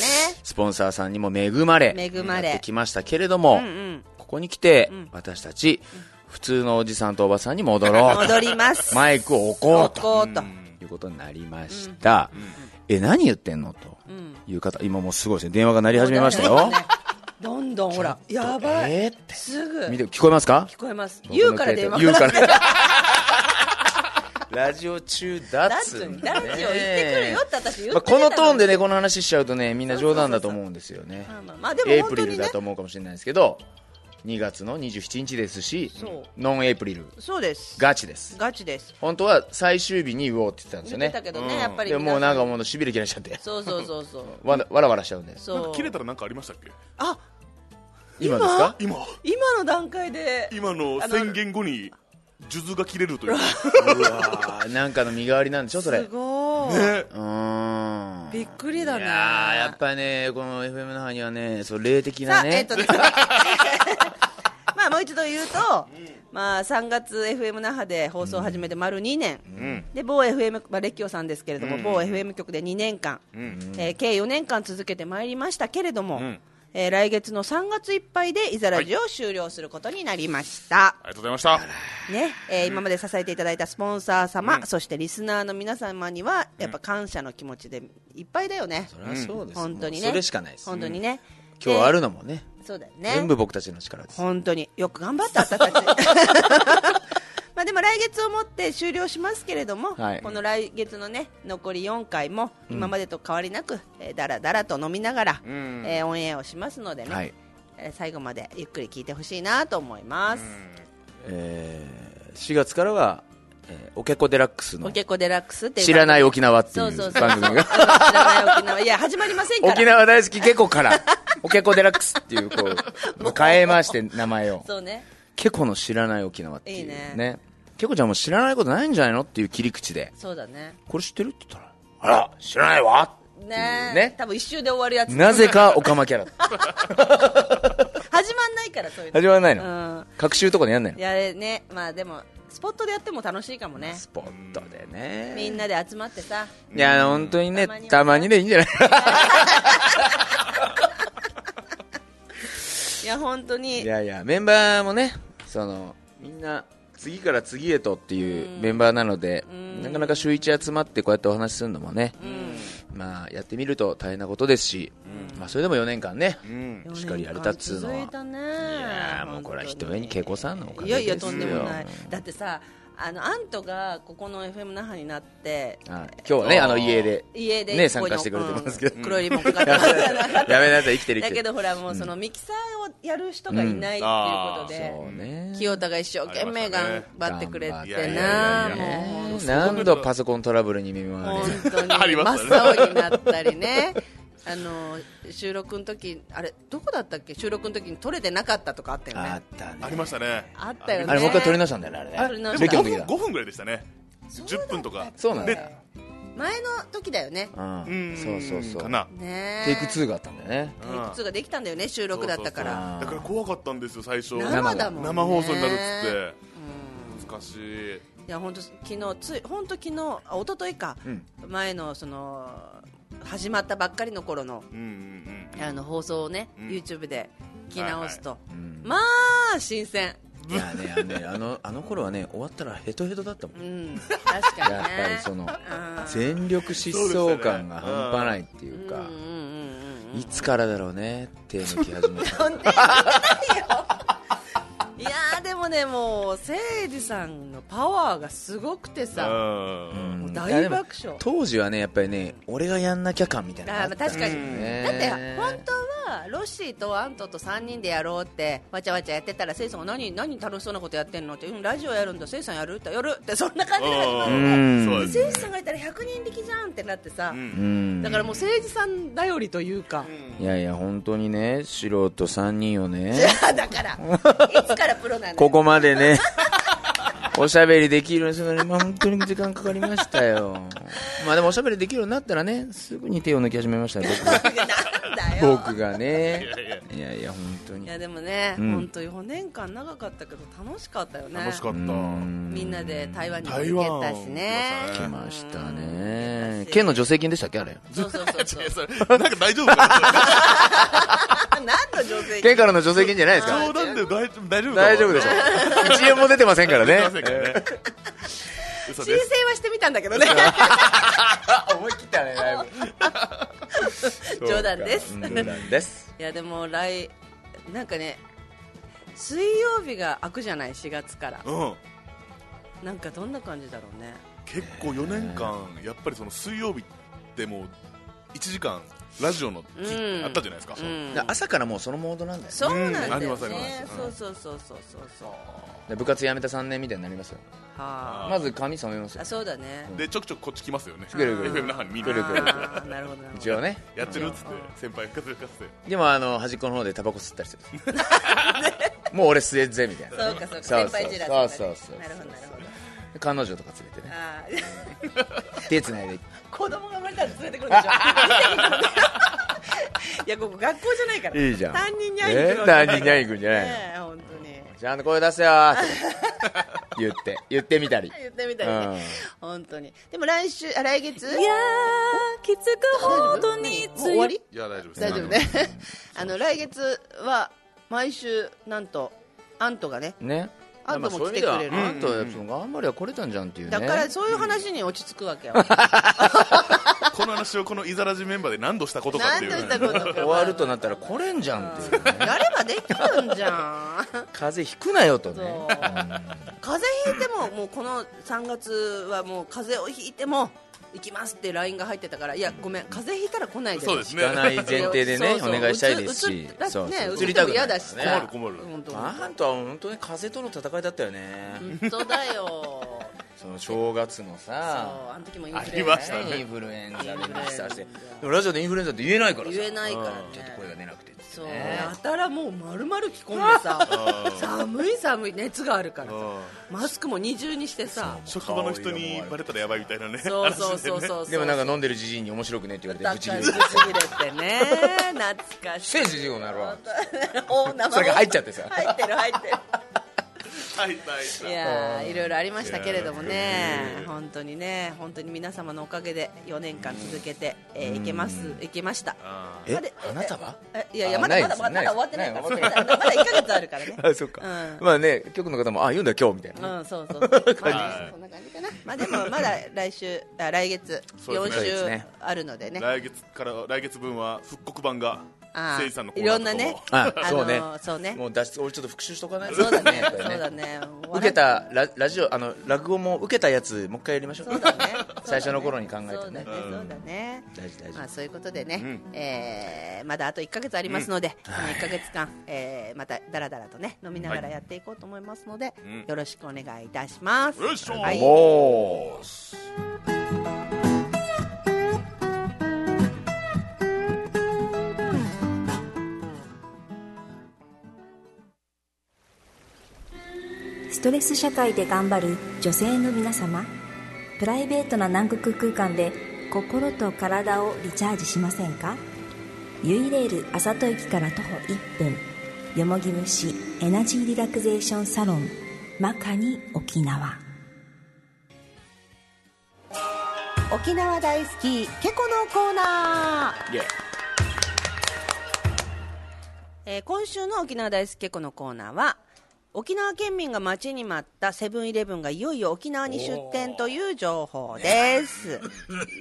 Speaker 4: スポンサーさんにも恵まれ、
Speaker 3: 恵まれ
Speaker 4: やってきましたけれど
Speaker 3: う
Speaker 4: も、
Speaker 3: ん
Speaker 4: ここに来て、私たち、普通のおじさんとおばさんに戻ろうと
Speaker 3: 戻ります
Speaker 4: マイクを置こうと
Speaker 3: こうと
Speaker 4: いうことになりました。え、何言ってんのという方、今もうすごいですね。電話が鳴り始めましたよ。
Speaker 3: どんどんほらやばい
Speaker 4: えーって。
Speaker 3: すぐ
Speaker 4: 見て、聞こえますか
Speaker 3: 聞こえます言うから電話
Speaker 4: 言う
Speaker 3: か
Speaker 4: からら。ラジオ中だ
Speaker 3: ラ
Speaker 4: っ
Speaker 3: ジ
Speaker 4: つう
Speaker 3: オ
Speaker 4: のね
Speaker 3: にラジオ行ってくるよって私言って
Speaker 4: まあ、
Speaker 3: た
Speaker 4: このトーンで
Speaker 3: ね
Speaker 4: ね、この話しちゃうとね、みんな冗談だと思うそうそうそうそう思うんですよね。
Speaker 3: まあまあでも
Speaker 4: エイ
Speaker 3: 本
Speaker 4: プ
Speaker 3: 当
Speaker 4: リル
Speaker 3: にね
Speaker 4: だと思うかもしれないですけど、 2月の27日ですし
Speaker 3: そう
Speaker 4: ノンエイプリル
Speaker 3: そうです
Speaker 4: ガチです
Speaker 3: ガチです
Speaker 4: 本当は最終日に言おうって言ってたんです
Speaker 3: 言っ
Speaker 4: よね
Speaker 3: てたけどね、やっぱり
Speaker 4: でももうなんか
Speaker 3: 皆
Speaker 4: もうしびれ切らしちゃって
Speaker 3: さんそうそうそうそう
Speaker 4: わらわらわらしちゃうんで
Speaker 3: そう
Speaker 2: なんか切れたらなんかありましたっけ
Speaker 3: あ
Speaker 4: 今ですか
Speaker 2: 今
Speaker 3: 今の段階で
Speaker 2: 今の
Speaker 3: あの
Speaker 2: 宣言後に数珠が切れると いう
Speaker 4: うわーなんかの身代わりなんでしょそれ
Speaker 3: す
Speaker 4: う
Speaker 3: ごい、
Speaker 2: ね
Speaker 4: ーん
Speaker 3: びっくりだ
Speaker 4: い
Speaker 3: ね
Speaker 4: やーやっぱねこの FM の班にはねそう霊的
Speaker 3: さ
Speaker 4: な
Speaker 3: あ、えっ
Speaker 4: ね
Speaker 3: とです ねまあもう一度言うと、まあ、3月 FM 那覇で放送を始めて丸2年、で某 FM、まあ、列強さんですけれども、某 FM 局で2年間、えー計4年間続けてまいりましたけれども、えー来月の3月いっぱいでイザラジを終了することになりました。
Speaker 2: ありがとうございました
Speaker 3: ねえー今まで支えていただいたスポンサー様、そしてリスナーの皆様にはやっぱ感謝の気持ちでいっぱいだよね、
Speaker 4: そりゃそうです
Speaker 3: 本当にね
Speaker 4: もうそれしかないです
Speaker 3: 本当にね、
Speaker 4: 今日あ
Speaker 3: る
Speaker 4: るのもね
Speaker 3: そうだよね
Speaker 4: 全部僕たちの力です
Speaker 3: 本当によく頑張ったあたた ちまあでも来月をもって終了しますけれども、
Speaker 4: はい
Speaker 3: この来月のね残り4回も今までと変わりなく、えーだらだらと飲みながら、えーオンエアをしますのでね、
Speaker 4: はい
Speaker 3: えー最後までゆっくり聞いてほしいなと思います、
Speaker 4: えー4月からは、えーおけこデラックス
Speaker 3: お
Speaker 4: の
Speaker 3: けこデラックスっていう
Speaker 4: 知らない 沖縄ってい
Speaker 3: そう
Speaker 4: う
Speaker 3: そうそう
Speaker 4: 番組が
Speaker 3: あの知らない沖縄いや始まりませんから
Speaker 4: 沖縄大好きけこからおけこデラックスってい うこう変えまして名前を
Speaker 3: そうね
Speaker 4: けこの知らない沖縄っていう
Speaker 3: いい
Speaker 4: ねけこちゃんも知らないことないんじゃないのっていう切り口で
Speaker 3: そうだね
Speaker 4: これ知ってるって言ったらあら知らないわ
Speaker 3: ねえ
Speaker 4: ね
Speaker 3: 多分一周で終わるやつ
Speaker 4: なぜかオカマキャラ
Speaker 3: 始まんないからそういうの
Speaker 4: 始まらないの
Speaker 3: う
Speaker 4: 隔週とかでやんない
Speaker 3: ん
Speaker 4: の
Speaker 3: いやれねまあでもスポットでやっても楽しいかもね
Speaker 4: スポットで
Speaker 3: みんな
Speaker 4: ね
Speaker 3: で集まってさ
Speaker 4: いや本当にね
Speaker 3: たまにはね
Speaker 4: たまにでいいんじゃない
Speaker 3: いや本当
Speaker 4: い
Speaker 3: に
Speaker 4: やいやメンバーもねそのみんな次から次へとっていうメンバーなのでなかなか週一集まってこうやってお話しするのもねまあやってみると大変なことですしまあそれでも4年間ね
Speaker 3: 四年間
Speaker 4: しっかりやれたっつうのは
Speaker 3: 続いたね
Speaker 4: いやーもうこれは一重に恵子さんのおか
Speaker 3: い
Speaker 4: げ
Speaker 3: やいや
Speaker 4: です
Speaker 3: と
Speaker 4: よ
Speaker 3: んでもないだってさあのアントがここの FM 那覇になって
Speaker 4: はい今日はねあの家で
Speaker 3: 家で
Speaker 4: ね
Speaker 3: ここ
Speaker 4: 参
Speaker 3: に
Speaker 4: 加してくれてますけど
Speaker 3: うん黒いリボンかかってます
Speaker 4: やめなさい生きてる
Speaker 3: だ
Speaker 4: 生きて
Speaker 3: け
Speaker 4: る
Speaker 3: どほらもうそのミキサーをやる人がいないっていうことで、
Speaker 4: そうね
Speaker 3: 清田が一生懸命頑張ってくれ
Speaker 4: あ
Speaker 2: りました
Speaker 3: て
Speaker 2: ね
Speaker 3: な、
Speaker 2: 頑張って
Speaker 3: もう
Speaker 4: 何度パソコントラブルに見舞われ
Speaker 3: 本当に
Speaker 2: ありましたね
Speaker 3: 真っ青になったりね。 あの収録の時あれどこだったっけ収録の時に撮れてなかったとかあったよ
Speaker 4: あ
Speaker 3: ね
Speaker 4: っ
Speaker 2: あ
Speaker 4: たね
Speaker 2: りましたね
Speaker 3: あったよね
Speaker 4: あれもう一回撮り直したんだよねあ
Speaker 3: 撮
Speaker 4: れ
Speaker 3: り
Speaker 4: ね
Speaker 3: 直
Speaker 2: で
Speaker 3: し
Speaker 2: も
Speaker 3: た
Speaker 4: ベ
Speaker 2: 5
Speaker 4: キの時だ
Speaker 2: 分5分ぐらいでしたね10分とか
Speaker 4: そうなんだ
Speaker 2: で
Speaker 3: 前の時だよね
Speaker 4: うんそうそうそう
Speaker 2: かな
Speaker 3: ね
Speaker 4: テイク2があったんだよね
Speaker 3: テイク2ができたんだよね収録だったから
Speaker 2: だから怖かったんですよ最初
Speaker 3: 生だもんね
Speaker 2: 生放送になるっつって難しい
Speaker 3: いや本当昨日つい本当昨日あ一昨日か、前のその始まったばっかりの頃の
Speaker 2: うんうん
Speaker 3: あの放送をね、YouTube で聞き直すと、まあ新鮮
Speaker 4: いやねあのねあのあの頃はね終わったらヘトヘトだったもん
Speaker 3: う
Speaker 4: やっ
Speaker 3: ん確かにね
Speaker 4: ぱりその
Speaker 3: うん
Speaker 4: 全力疾走感が半端ないっていうか
Speaker 3: うんうんうんうん
Speaker 4: いつからだろうね手抜き始めた
Speaker 3: とんでもないよいやーでもねもう誠司さんのパワーがすごくて
Speaker 2: う
Speaker 3: さ、
Speaker 2: んうん
Speaker 3: もう
Speaker 4: いや
Speaker 3: 大
Speaker 4: でも
Speaker 3: 爆笑
Speaker 4: 当時はねやっぱりね俺がやんなきゃ感みたいなのが
Speaker 3: あ
Speaker 4: あ
Speaker 3: ー
Speaker 4: っ
Speaker 3: まあ
Speaker 4: たん
Speaker 3: 確かに、
Speaker 4: ね
Speaker 3: だって本当はロッシーとアントと3人でやろうってわちゃわちゃやってたらせいさんが何何楽しそうなことやってんのって、うん、ラジオやるんだせいさんやるってやるってそんな感じで始まる
Speaker 4: うん
Speaker 2: そうです
Speaker 3: せいさんがいたら100人力じゃんってなってさ、
Speaker 4: うん
Speaker 3: だからもう誠司さん頼りというか、
Speaker 4: いやいや本当にね素人3人をね
Speaker 3: じゃあ だからいつからプロなんだよ
Speaker 4: ここまで ね、おしゃべりできるようにするのに、まあ、本当に時間かかりましたよ。まあでもおしゃべりできるようになったらね、すぐに手を抜き始めましたね、
Speaker 3: なんだよ
Speaker 4: 僕僕がね。いやいや、本当
Speaker 3: い
Speaker 4: に。
Speaker 3: やでもね、
Speaker 4: ん
Speaker 3: 本当に4年間長かったけど楽しかったよね
Speaker 2: 楽しかっ
Speaker 3: みんなで台湾にも
Speaker 2: 台
Speaker 3: 行
Speaker 2: 湾
Speaker 3: けたしね
Speaker 4: 来ましたね
Speaker 3: う。ん
Speaker 4: 県の助成金でしたっけあれ。
Speaker 3: そうそうそうそう
Speaker 2: たなんか大丈夫か
Speaker 3: 何の女性
Speaker 4: 県からの助成金じゃないです
Speaker 2: な
Speaker 4: か
Speaker 2: 冗談で大丈夫大丈夫
Speaker 4: 大丈夫でしょ。1円も出てませんからね。
Speaker 2: すいませんからね嘘
Speaker 3: 申
Speaker 2: です
Speaker 3: 請はしてみたんだけどね
Speaker 4: 思い切ったね、だいぶ。
Speaker 3: 冗談です
Speaker 4: うん冗談です。
Speaker 3: いやでも来なんかね水曜日が開くじゃない4月から
Speaker 2: うん
Speaker 3: なんかどんな感じだろうね
Speaker 2: 結構4年間やっぱりその水曜日でも1時間ラジオのき、あったじゃないですか、
Speaker 3: うん
Speaker 4: だから朝からもうそのモードなんだよね
Speaker 3: そうなん
Speaker 2: あ
Speaker 3: だ
Speaker 2: り
Speaker 3: よ
Speaker 2: ますあり
Speaker 3: ね
Speaker 2: ま。す
Speaker 3: そうそうそうそうそうそう。
Speaker 4: で部活辞めた3年みたいになりますよ
Speaker 3: あ
Speaker 4: まず髪染めます
Speaker 3: ー
Speaker 4: よ
Speaker 3: あ、そうだね。
Speaker 2: でちょくちょくこっち来ますよね
Speaker 4: 来る来る
Speaker 2: FM 那覇に見
Speaker 3: あ
Speaker 2: る
Speaker 3: ーなるほどなるほ
Speaker 4: 一
Speaker 3: ど。
Speaker 4: 応ね
Speaker 2: やってるっつって先輩復活復活って
Speaker 4: でもあの端っこの方でタバコ吸ったりして るもう俺吸えっぜみたいな
Speaker 3: そうかそうか。先輩じらとかね
Speaker 4: そうそうそう
Speaker 3: なるほどなるほど。
Speaker 4: 彼女とか連れてね
Speaker 3: あー
Speaker 4: 手つないで
Speaker 3: 子供が生まれたら連れてくるでしょ。 いやここ学校じゃないから。
Speaker 4: いいじゃん
Speaker 3: 担任に会いに
Speaker 4: え
Speaker 3: 行くの。
Speaker 4: 何人にゃいくんじゃないの
Speaker 3: ねえ本当に。
Speaker 4: ちゃんと声出せよーって言って言ってみたり
Speaker 3: 言ってみたいね
Speaker 4: うん。
Speaker 3: 本当に。でも来週あ来月。
Speaker 8: いやーきつくほどに
Speaker 3: もう
Speaker 8: つ
Speaker 3: 終わり
Speaker 8: い
Speaker 2: いや大丈夫です
Speaker 3: 大丈夫ねあの来月は毎週なんとアントがね
Speaker 4: ね
Speaker 3: あんたも来てくれる
Speaker 4: まあそういう意味ではあんたやっぱ頑張りゃ来れたんじゃんっていうね
Speaker 3: だからそういう話に落ち着くわけよ、
Speaker 2: この話をこのイザラジメンバーで何度したことかっ
Speaker 3: な
Speaker 2: て
Speaker 3: ん
Speaker 2: い
Speaker 3: と
Speaker 2: う
Speaker 3: したことか
Speaker 4: 終わるとなったら来れんじゃんっていうね
Speaker 3: やればできるんじゃん
Speaker 4: 風邪ひくなよと
Speaker 3: そう
Speaker 4: ね
Speaker 3: 風邪ひいてももうこの3月はもう風邪をひいても行きますって LINE が入ってたからいやごめん風邪ひいたら来ないで
Speaker 2: そうです
Speaker 4: 聞
Speaker 2: ね
Speaker 4: かない前提でね
Speaker 3: そ
Speaker 4: お
Speaker 3: うそう
Speaker 4: 願いしたいですし
Speaker 3: うつうつだってね
Speaker 4: そう
Speaker 3: う
Speaker 4: そう
Speaker 3: つ
Speaker 4: 移
Speaker 3: り
Speaker 4: り
Speaker 3: た
Speaker 4: た
Speaker 3: く
Speaker 4: く
Speaker 3: 嫌だし
Speaker 2: 困
Speaker 3: さ
Speaker 2: る困る
Speaker 3: 本当
Speaker 4: あんたは本当に風との戦いだったよね
Speaker 3: 本当だよ
Speaker 4: その正月の
Speaker 3: そう
Speaker 4: さ
Speaker 3: あの時もイン
Speaker 2: あ
Speaker 3: フレ
Speaker 2: りました
Speaker 4: イ
Speaker 2: ね
Speaker 4: ンフルエンザでミキサーして
Speaker 3: インフルエンザ
Speaker 4: でもラジオでインフルエンザって言えないからさ
Speaker 3: 言えないからね
Speaker 4: ちょっと声が出なくてって
Speaker 3: そう
Speaker 4: ね
Speaker 3: やたらもう丸々着込んでさ寒い寒い熱があるからさマスクも二重にしてさ
Speaker 2: 職場の人にバレたらやばいみたいなね
Speaker 3: そうそうそう
Speaker 2: 話でね
Speaker 3: そう
Speaker 4: でもなんか飲んでるじじいに面白くねって言われて
Speaker 3: だ
Speaker 4: ブ
Speaker 3: か
Speaker 4: チギ
Speaker 3: ら
Speaker 4: レ
Speaker 3: ブ
Speaker 4: る
Speaker 3: チ切れてね懐かし
Speaker 4: せ
Speaker 3: い
Speaker 4: えじじいこの野郎
Speaker 3: お名前
Speaker 4: それが入っちゃってさ
Speaker 3: 入ってる入ってる
Speaker 2: はいはい
Speaker 3: いやーいろいろありましたけれどもね、本当にね、本当に皆様のおかげで4年間続けて、えーいけます、いけました。まだ
Speaker 4: え花束
Speaker 3: えいやいや、
Speaker 4: あ
Speaker 3: まだ
Speaker 4: ない
Speaker 3: まだ
Speaker 4: です
Speaker 3: まだまだ終わってないか
Speaker 4: ない
Speaker 3: ら、
Speaker 4: 終
Speaker 3: ま
Speaker 4: わってない
Speaker 3: だまだ1ヶ月あるからね。
Speaker 4: あそっか
Speaker 3: うん
Speaker 4: まあね局の方もあ言うんだ今日みたいな
Speaker 3: うん、そう そうそう。まあね、そんな感じかな。まあでもまだ来週、あ来月
Speaker 2: そう
Speaker 3: 4
Speaker 2: ですね
Speaker 4: そうです
Speaker 3: 週
Speaker 4: ね
Speaker 3: あるのでね。
Speaker 2: 来月から来月分は復刻版が
Speaker 3: あ
Speaker 2: 誠治さんのコ
Speaker 3: い
Speaker 2: ーナ
Speaker 3: ろ
Speaker 2: ー
Speaker 3: ん
Speaker 2: と
Speaker 3: なね
Speaker 2: かも。
Speaker 4: あ
Speaker 3: あ
Speaker 4: そうね
Speaker 3: のーそうね。
Speaker 4: もう脱出俺ちょっと復習しとかないと
Speaker 3: そうだね
Speaker 4: やっぱ。り
Speaker 3: そうだね。
Speaker 4: 受けたララジオあの落語も受けたやつもう一回やりましょう
Speaker 3: そうだね。
Speaker 4: 最初の頃に考え
Speaker 3: そ
Speaker 4: て
Speaker 3: うだ
Speaker 4: ね
Speaker 3: ね。そうだね。
Speaker 4: 大事大事
Speaker 3: まあそういうことでね、えーまだあと1ヶ月ありますので、この1ヶ月間、えーまただらだらとね飲みながらやっていこうと思いますので、よろしくお願いいたします。
Speaker 2: よいしょ
Speaker 3: はい
Speaker 4: おーす
Speaker 8: ストレス社会で頑張る女性の皆様プライベートな南国空間で心と体をリチャージしませんかユイレール朝と駅から徒歩1分よもぎ虫エナジーリラクゼーションサロンマカニ沖縄
Speaker 9: 沖縄大好きケコのコーナー
Speaker 3: えー今週の沖縄大好きっ子のコーナーは沖縄県民が待ちに待ったセブンイレブンがいよいよ沖縄に出店という情報 です。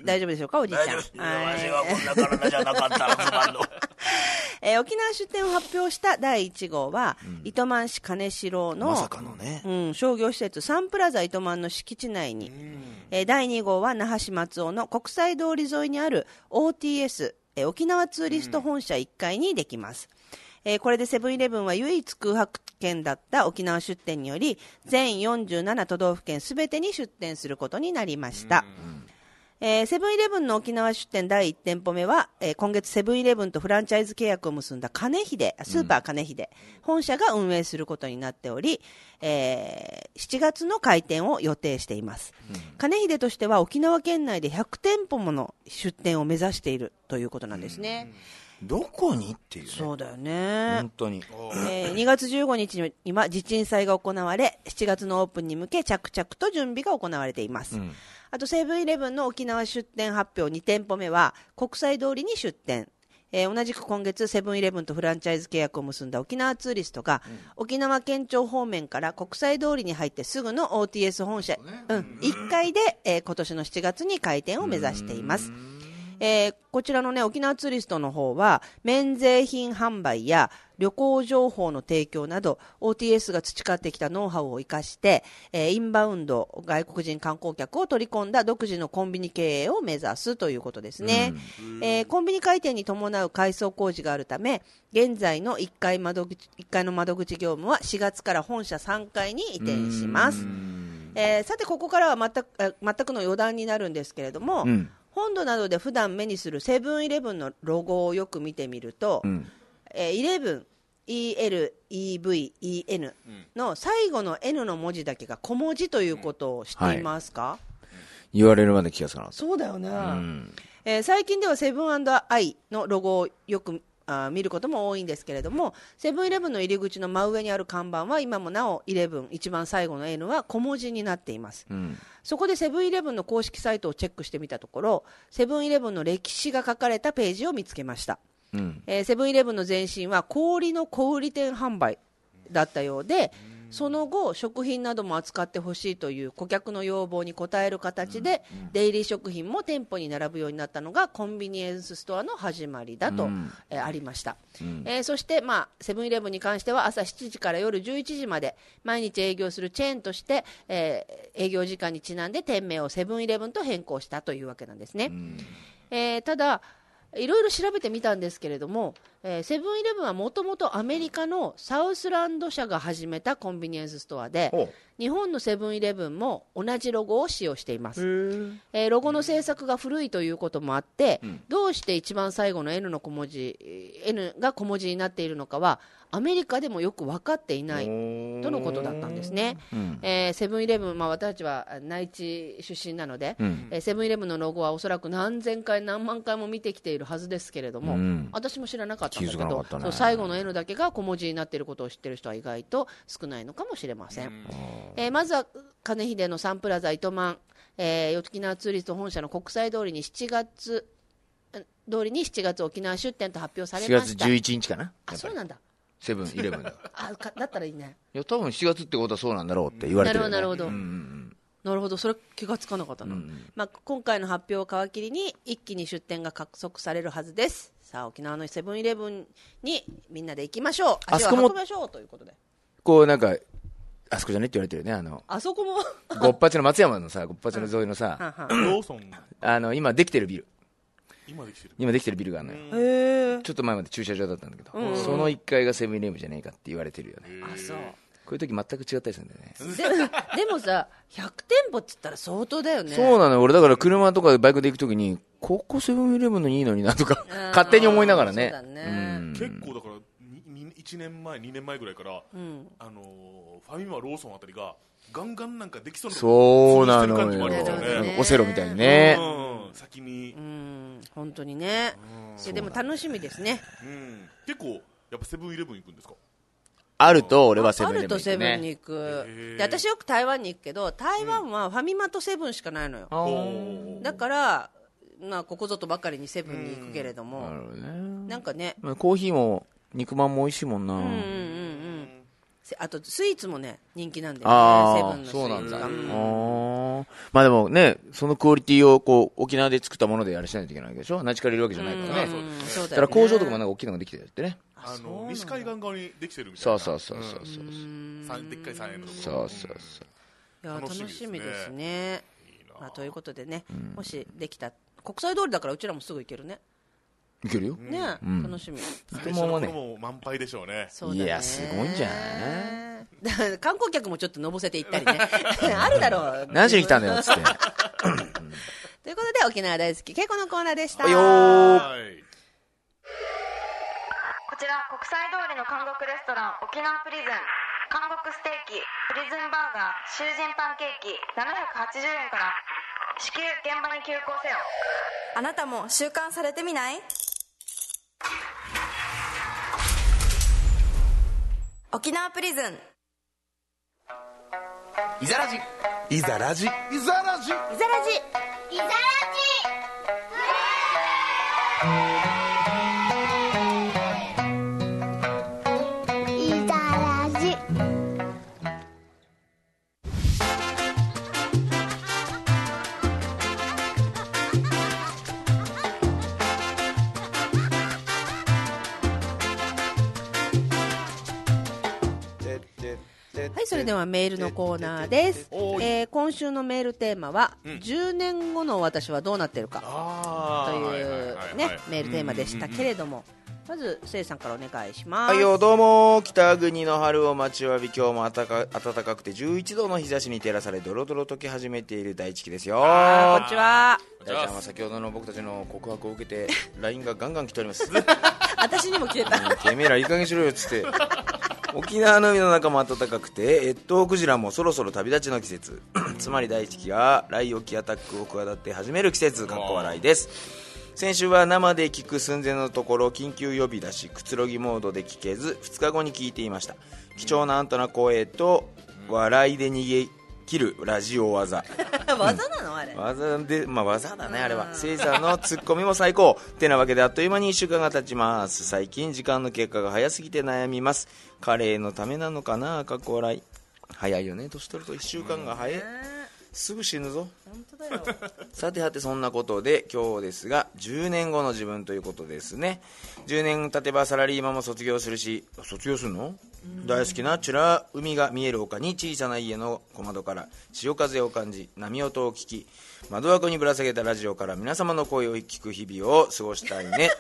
Speaker 3: 大丈夫でしょうか、おじいちゃん。はい
Speaker 6: んな体じゃなかったらつまんの
Speaker 3: えー沖縄出店を発表した第1号は、糸満市金城の
Speaker 7: まさかのね
Speaker 3: うん、商業施設サンプラザ糸満の敷地内に、えー第2号は那覇市松尾の国際通り沿いにある OTS、えー沖縄ツーリスト本社1階にできます。えーこれでセブンイレブンは唯一空白県だった沖縄出店により全47都道府県すべてに出店することになりました。えーセブンイレブンの沖縄出店第1店舗目は、えー今月セブンイレブンとフランチャイズ契約を結んだ金秀、スーパー金秀、本社が運営することになっており、えー7月の開店を予定しています。金秀としては沖縄県内で100店舗もの出店を目指しているということなんですね。
Speaker 7: どこにっていうね
Speaker 3: そうだよね。
Speaker 7: 本当に
Speaker 3: えー2月15日には地鎮祭が行われ7月のオープンに向け着々と準備が行われています、あとセブンイレブンの沖縄出店発表2店舗目は国際通りに出店えー同じく今月セブンイレブンとフランチャイズ契約を結んだ沖縄ツーリストが、沖縄県庁方面から国際通りに入ってすぐの OTS 本社、うん、1階で、えー今年の7月に開店を目指しています。ええーこちらのね、沖縄ツーリストの方は、免税品販売や旅行情報の提供など、OTS が培ってきたノウハウを生かして、えーインバウンド、外国人観光客を取り込んだ独自のコンビニ経営を目指すということですね。えーコンビニ開店に伴う改装工事があるため、現在の1階窓口、1階の窓口業務は4月から本社3階に移転します。えーさて、ここからは全くえー全くの余談になるんですけれども、本土などで普段目にするセブンイレブンのロゴをよく見てみると、えーイレブン、ELEVEN の最後の N の文字だけが小文字ということを知っていますか、
Speaker 4: 言われるまで気がつかなかっ
Speaker 3: そうだよね、えー最近ではセブンアイのロゴをよくあー見ることも多いんですけれどもセブンイレブンの入り口の真上にある看板は今もなおイレブン一番最後の N は小文字になっています、そこでセブンイレブンの公式サイトをチェックしてみたところセブンイレブンの歴史が書かれたページを見つけましたえーセブンイレブンの前身は氷の小売店販売だったようで、その後、食品なども扱ってほしいという顧客の要望に応える形で、デイリー食品も店舗に並ぶようになったのがコンビニエンスストアの始まりだと、えーありました、えーそして、まあ、セブンイレブンに関しては朝7時から夜11時まで毎日営業するチェーンとして、えー営業時間にちなんで店名をセブンイレブンと変更したというわけなんですね。えーただ、いろいろ調べてみたんですけれども、えーセブンイレブンはもともとアメリカのサウスランド社が始めたコンビニエンスストアで
Speaker 7: おう、
Speaker 3: 日本のセブンイレブンも同じロゴを使用しています。えーロゴの制作が古いということもあって、どうして一番最後の N の小文字、えー N が小文字になっているのかは、アメリカでもよく分かっていないとのことだったんですね。えーセブンイレブン、まあ、私たちは内地出身なので、えーセブンイレブンのロゴはおそらく何千回、何万回も見てきているはずですけれども、私も知らなかったんだけ
Speaker 4: 気づかな
Speaker 3: ど
Speaker 4: かった、ね
Speaker 3: そう最後の N だけが小文字になっていることを知っている人は意外と少ないのかもしれません。えーまずは金秀のサンプラザ糸満、えー、沖縄ツーリスト本社の国際通りに7月、うん通りに7月沖縄出店と発表さ
Speaker 4: た
Speaker 3: れ
Speaker 4: 4
Speaker 3: ま
Speaker 4: 月
Speaker 3: した。
Speaker 4: 11日かな
Speaker 3: あ、そうなんだ。
Speaker 4: セブンイレブン だから
Speaker 3: あかだったらいいね。
Speaker 4: いや多分7月ってことはそうなんだろうって言われてるよね
Speaker 3: なるほどなるほど
Speaker 4: うんうん
Speaker 3: なるほど、それ気がつかなかったな、まあ、今回の発表を皮切りに、一気に出店が加速されるはずです。さあ、沖縄のセブンイレブンにみんなで行きましょう、
Speaker 4: あ
Speaker 3: 足
Speaker 4: そ
Speaker 3: を
Speaker 4: こも
Speaker 3: 運びましょうということで、
Speaker 4: こうなんかあそこじゃねって言われてるよねあの
Speaker 3: あそこも、
Speaker 4: ごっぱちの松山のさごっぱちの沿いのさ、
Speaker 3: はんはん
Speaker 2: ローソン、
Speaker 4: あの今できてるビル
Speaker 2: 今できてる。
Speaker 4: 今できてるビルがあるのよ、ちょっと前まで駐車場だったんだけど、その1階がセブンイレブンじゃねえかって言われてるよね
Speaker 3: あそう
Speaker 4: こういう時全く違ったりするんだよね
Speaker 3: で でもさ、100店舗っつったら相当だよね、
Speaker 4: そうなのよ俺だから車とかバイクで行く時にここセブンイレブンのいいのになとか
Speaker 3: ん
Speaker 4: 勝手に思いながらね
Speaker 3: そうだね
Speaker 4: うん
Speaker 2: 結構だから、にに1年前、2年前ぐらいから、あのーファミマ、ローソンあたりが、ガンガンなんかできそうなとこ
Speaker 4: そうな
Speaker 2: 潰
Speaker 4: の
Speaker 2: してる感じもありますよ
Speaker 3: そうだ
Speaker 4: よ
Speaker 3: ね
Speaker 4: オセロみたいにね、
Speaker 2: ね。うん、先に、
Speaker 3: うん、本当にね、いやでも楽しみですね、
Speaker 2: うん、結構、やっぱセブンイレブン行くんですか
Speaker 4: あると俺はセ
Speaker 3: あ
Speaker 4: ブンイレ
Speaker 3: る
Speaker 4: ブン
Speaker 3: と
Speaker 4: 行
Speaker 3: セ
Speaker 4: く
Speaker 3: ブン
Speaker 4: ね
Speaker 3: に行く、で私、よく台湾に行くけど、台湾はファミマとセブンしかないのよ。
Speaker 4: あー
Speaker 2: おー
Speaker 3: だから、まあ、ここぞとばかりにセブンに行くけれど
Speaker 4: なる
Speaker 3: も、
Speaker 4: ほどね
Speaker 3: なんかね、
Speaker 4: まあコーヒーも肉まんも美味しいもんな、
Speaker 3: うんうんうんうん、せあとスイーツもね、人気なんで、ね、セ
Speaker 4: あ
Speaker 3: ブン
Speaker 4: あ
Speaker 3: のスイ
Speaker 4: そうな
Speaker 3: ー
Speaker 4: ん
Speaker 3: ツ
Speaker 4: だ、
Speaker 3: が。うん
Speaker 4: あーまあでもねそのクオリティをこう沖縄で作ったものでやらしないといけないわけでしょナチカリいるわけじゃないからね、
Speaker 3: うんそうだ
Speaker 4: だか
Speaker 3: よ
Speaker 4: ら
Speaker 3: ね
Speaker 4: 工場とかもなんか大きいのができてるってね
Speaker 2: あの西海岸側にできてるみたい
Speaker 4: そう
Speaker 2: な
Speaker 4: そうそうそうそう
Speaker 2: うん三でっかい3円のところ
Speaker 4: そうそうそ
Speaker 3: い
Speaker 4: う
Speaker 3: や楽
Speaker 2: 楽
Speaker 3: し
Speaker 2: し
Speaker 3: み
Speaker 2: み
Speaker 3: で
Speaker 2: ですす
Speaker 3: ね。まあ、ということでね、もしできた、国際通りだからうちらもすぐ行けるね。
Speaker 4: いけるよ
Speaker 3: ね、楽しみ。
Speaker 2: 最初の頃も満杯でしょうね
Speaker 3: そうだね
Speaker 4: いやすごいんじゃ
Speaker 3: だから 観光客もちょっとのぼせて行ったりね。 あるだろう。
Speaker 4: 何しに来たんだよっつって
Speaker 3: ということで、沖縄大好き、けいこのコーナーでした。
Speaker 2: はい
Speaker 10: こちら国際通りの韓国レストラン沖縄プリズン韓国ステーキプリズンバーガー囚人パンケーキ780円から至急現場に急行せよ
Speaker 8: あなたも習慣されてみない沖縄プリズン
Speaker 4: いざらじ
Speaker 7: イザラジイザラジ
Speaker 9: イザラジイザラジイザラジ
Speaker 3: はい、それではメールのコーナーです。
Speaker 2: おーい
Speaker 3: えー今週のメールテーマは、10年後の私はどうなってるか
Speaker 2: あ
Speaker 3: と
Speaker 2: ー
Speaker 3: い
Speaker 2: はいは
Speaker 3: う
Speaker 2: いはい
Speaker 3: ね
Speaker 2: はい、
Speaker 3: メールテーマでしたけれども、まず、せいさんからお願いします。
Speaker 4: はいよどうも北国の春を待ちわび今日も暖か暖かくて11度の日差しに照らされドロドロ溶け始めている大地ですよ
Speaker 3: あーこんにちは。
Speaker 4: 大ちゃんは先ほどの僕たちの告白を受け て LINE がガンガン来ております
Speaker 3: 私にも来てた。
Speaker 4: てめえらいい加減しろよっつって沖縄の海の中も暖かくて越冬クジラもそろそろ旅立ちの季節 つまり大地が来沖アタックを企て始める季節かっこ笑いです先週は生で聞く寸前のところ緊急呼び出しくつろぎモードで聞けず2日後に聞いていました貴重なアントな声と笑いで逃げ切るラジオ技
Speaker 3: 技なのあれ。
Speaker 4: 技で、まあ、技だねあれはせいさんのツッコミも最高 てなわけであっという間に1週間が経ちます最近時間の経過が早すぎて悩みますカレーのためなのかな過去来早いよね年取ると1週間が早いすぐ死ぬぞ
Speaker 3: 本当だよ。
Speaker 4: さてはてそんなことで今日ですが10年後の自分ということですね10年経てばサラリーマンも卒業するし卒業するの大好きな美ら海が見える丘に小さな家の小窓から潮風を感じ波音を聞き窓枠にぶら下げたラジオから皆様の声を聞く日々を過ごしたい ね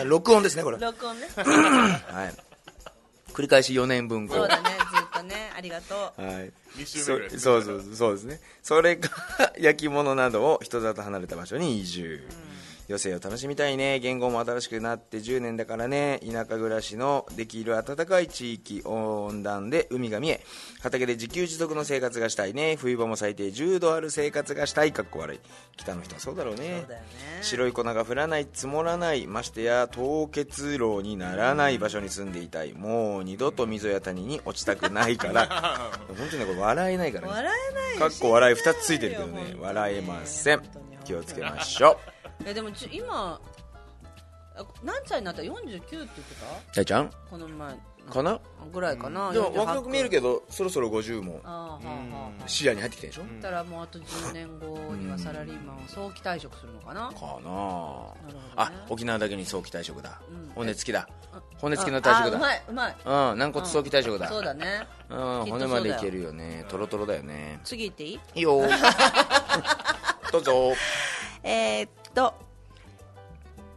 Speaker 4: あ録音ですねこれ、は
Speaker 3: 録音ね。
Speaker 4: い、繰り返し4年分こ
Speaker 3: そう
Speaker 4: う
Speaker 3: だね、ずっとね、ありがと
Speaker 4: はい、
Speaker 2: 二週目
Speaker 4: そ
Speaker 2: ぐらいですね
Speaker 4: そうそうそうですねそれから焼き物などを人里離れた場所に移住、余生を楽しみたいね言語も新しくなって10年だからね田舎暮らしのできる暖かい地域温暖で海が見え畑で自給自足の生活がしたいね冬場も最低10度ある生活がしたいかっこ悪い北の人はそうだろうね
Speaker 3: う。だよね。
Speaker 4: 白い粉が降らない積もらないましてや凍結炉にならない場所に住んでいたいもう二度と溝や谷に落ちたくないから 本当にねこれ笑えないからね
Speaker 3: 笑えないし
Speaker 4: かっこ笑い2つついてるけどね笑えません気をつけましょう
Speaker 3: え、でもち、今、あ何歳になった ?49 って言ってた
Speaker 4: 大ちゃん
Speaker 3: この前。
Speaker 4: かな
Speaker 3: ぐらいかな。
Speaker 4: でも若く見えるけ
Speaker 3: ど。
Speaker 4: どそろそろ50も
Speaker 3: あーはあはあはあ
Speaker 4: 視野に入ってきてるでしょ
Speaker 3: だったらもうあと10年後にはサラリーマンを早期退職するのかな、
Speaker 4: かなあ
Speaker 3: なるほどね
Speaker 4: あ沖縄だけに早期退職だ
Speaker 3: うん
Speaker 4: 骨付きだ骨
Speaker 3: あ
Speaker 4: 付きの退職
Speaker 3: あう
Speaker 4: だ
Speaker 3: まいうまい
Speaker 4: うん軟骨早期退職だ
Speaker 3: そうだね
Speaker 4: うん
Speaker 3: きっと
Speaker 4: 骨までいけるよねトロトロだよね
Speaker 3: 次行っていい
Speaker 4: いいよどうぞ
Speaker 3: えー、っと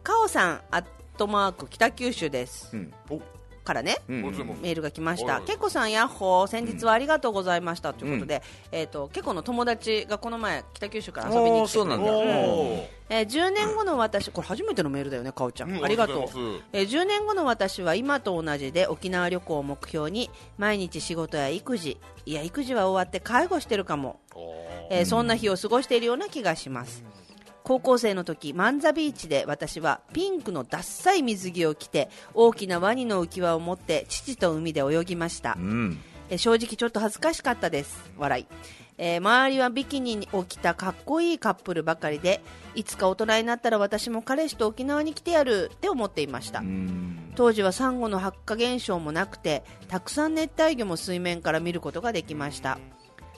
Speaker 3: かおさんアットマーク北九州です、
Speaker 4: うん
Speaker 3: からね、
Speaker 4: うん
Speaker 2: こっちも
Speaker 3: メールが来まし
Speaker 2: おい
Speaker 3: た
Speaker 2: おい
Speaker 3: けこさんやっほー先日はありがとうございました、ということで、えー、とけこの友達がこの前北九州から遊びに
Speaker 4: お
Speaker 3: 来
Speaker 4: ー
Speaker 3: て
Speaker 4: そう
Speaker 3: く
Speaker 4: な
Speaker 3: れ
Speaker 4: ん
Speaker 3: て
Speaker 4: だ
Speaker 2: お
Speaker 3: えー10年後の私、これ初めてのメールだよね、かおちゃん、
Speaker 2: うん
Speaker 3: ありが
Speaker 2: あり
Speaker 3: と
Speaker 2: がと
Speaker 3: う
Speaker 2: うございます
Speaker 3: えー10年後の私は今と同じで沖縄旅行を目標に毎日仕事や育児、いや、育児は終わって介護してるかも、
Speaker 2: お
Speaker 3: えーそんな日を過ごしているような気がします。高校生の時マンザビーチで私はピンクのダッサい水着を着て大きなワニの浮き輪を持って父と海で泳ぎました、
Speaker 4: うん
Speaker 3: えー正直ちょっと恥ずかしかったです笑い、えー周りはビキニを着たかっこいいカップルばかりでいつか大人になったら私も彼氏と沖縄に来てやるって思っていました当時はサンゴの発火現象もなくてたくさん熱帯魚も水面から見ることができました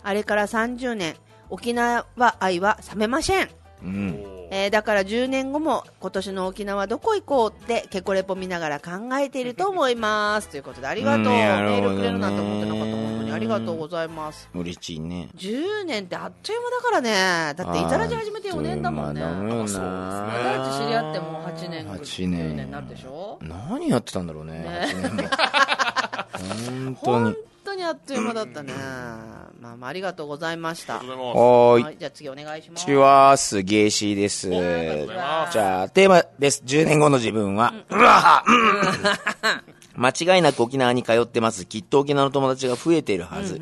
Speaker 3: あれから30年沖縄愛は冷めません
Speaker 4: うん
Speaker 3: えーだから10年後も今年の沖縄どこ行こうってケコレポ見ながら考えていると思いますということでありがとう、
Speaker 4: うん
Speaker 3: メ
Speaker 4: なるほ
Speaker 3: ー
Speaker 4: どね
Speaker 3: ルくれるなんて思ってなかった本当にありがとうございます
Speaker 4: 嬉しいね
Speaker 3: 10年ってあっという間だからねだってイタラジ始めて4年だもんね
Speaker 4: あっという間だもんな
Speaker 3: イタラジ知り合ってもう8年
Speaker 4: 8年
Speaker 3: 9年になるでしょ
Speaker 4: 何やってたんだろうね8年も 本当
Speaker 3: 本
Speaker 4: に
Speaker 3: 当にあっという間だったねまあまあありがとうございました
Speaker 2: ありがとうございます
Speaker 4: はー
Speaker 3: はいいじゃあ次お願いします
Speaker 4: ちはすげーしーですじ
Speaker 3: ます
Speaker 4: ゃあテーマです10年後の自分はうわぁうん間違いなく沖縄に通ってますきっと沖縄の友達が増えているはず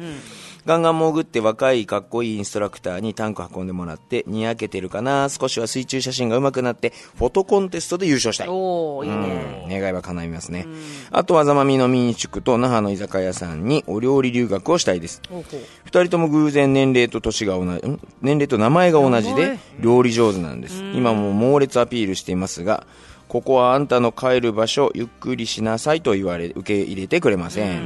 Speaker 4: ガンガン潜って若いかっこいいインストラクターにタンク運んでもらってにやけてるかな少しは水中写真が上手くなってフォトコンテストで優勝したい
Speaker 3: おおいいね、
Speaker 4: うん願いは叶いますね。あとはざまみの民宿と那覇の居酒屋さんにお料理留学をしたいです。二人とも偶然年齢と年が同じ、ん年齢と名前が同じで料理上手なんです。今も猛烈アピールしていますが、ここはあんたの帰る場所、ゆっくりしなさいと言われ、受け入れてくれません。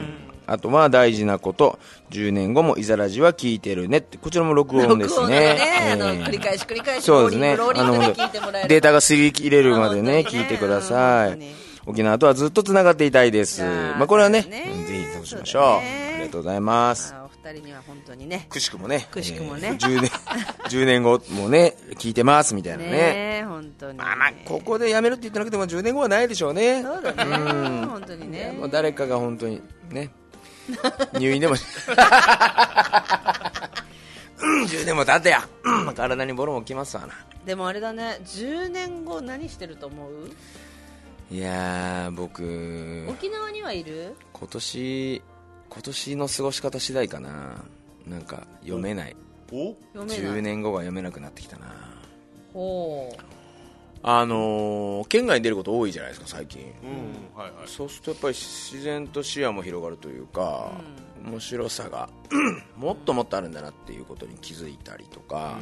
Speaker 4: あとは大事なこと、10年後もイザラジは聞いてるねって、こちらも録音です
Speaker 3: 録
Speaker 4: ね。
Speaker 3: 音だね、あの
Speaker 4: えー
Speaker 3: 繰り返し繰り返し
Speaker 4: そうですね。
Speaker 3: ローリングローリングで聞いてもらえ
Speaker 4: あの
Speaker 3: る
Speaker 4: データが擦り切れるまでね、
Speaker 3: あ本当にね
Speaker 4: 聞いてくださ
Speaker 3: 本当
Speaker 4: い
Speaker 3: に。
Speaker 4: 沖縄とはずっと繋がっていたいです。
Speaker 3: あー
Speaker 4: まあこれはね、
Speaker 3: そうだね
Speaker 4: うんぜひそうしましょう。
Speaker 3: そうだね
Speaker 4: ありがりがとうございます
Speaker 3: あお二人には本当にね
Speaker 4: くしくもね
Speaker 3: くしくも
Speaker 4: え
Speaker 3: ね
Speaker 4: ー、10年 10年後もね聞いてますみたいなね
Speaker 3: ねえ本当に
Speaker 4: まあまあここで辞めるって言ってなくても10年後はないでしょうね
Speaker 3: そうだね
Speaker 4: ん
Speaker 3: 本当にね
Speaker 4: もう誰かが本当に ね入院でもうん10年も経ってや、うん、体にボロもきますわな
Speaker 3: でもあれだね10年後何してると思う
Speaker 4: いやー僕
Speaker 3: 沖縄にはいる
Speaker 4: 今年今年の過ごし方次第かななんか読めない
Speaker 2: お
Speaker 3: 読めな
Speaker 4: 10
Speaker 3: い
Speaker 4: 年後が読めなくなってきたな
Speaker 3: ほう
Speaker 4: あのー県外に出ること多いじゃないですか最近、
Speaker 2: うんはいはい
Speaker 4: そうするとやっぱり自然と視野も広がるというか、面白さが もっともっとあるんだなっていうことに気づいたりとか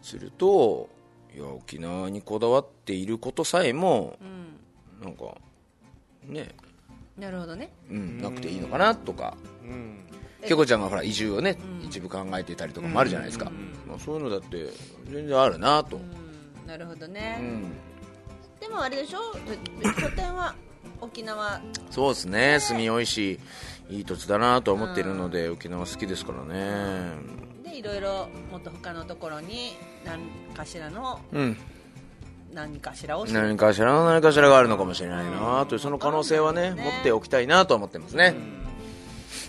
Speaker 4: すると、いや沖縄にこだわっていることさえも
Speaker 3: うん
Speaker 4: なんかね、
Speaker 3: なるほどね
Speaker 4: うん、なくていいのかなとか。
Speaker 2: うん
Speaker 4: けこちゃんがほら移住をね、一部考えてたりとかもあるじゃないですか、まあ、そういうのだって全然あるな
Speaker 3: う
Speaker 4: と、
Speaker 3: んなるほど
Speaker 4: う
Speaker 3: ね、
Speaker 4: ん、
Speaker 3: でもあれでしょ拠点は沖縄
Speaker 4: そうですね住みよいしいい土地だなと思ってるので、沖縄好きですからね
Speaker 3: でいろいろもっと他のところに何かしらの
Speaker 4: うん
Speaker 3: 何かしらをして
Speaker 4: 何かしらの何かしらがあるのかもしれないなというその可能性はね
Speaker 3: ね
Speaker 4: 持っておきたいなとは思ってますね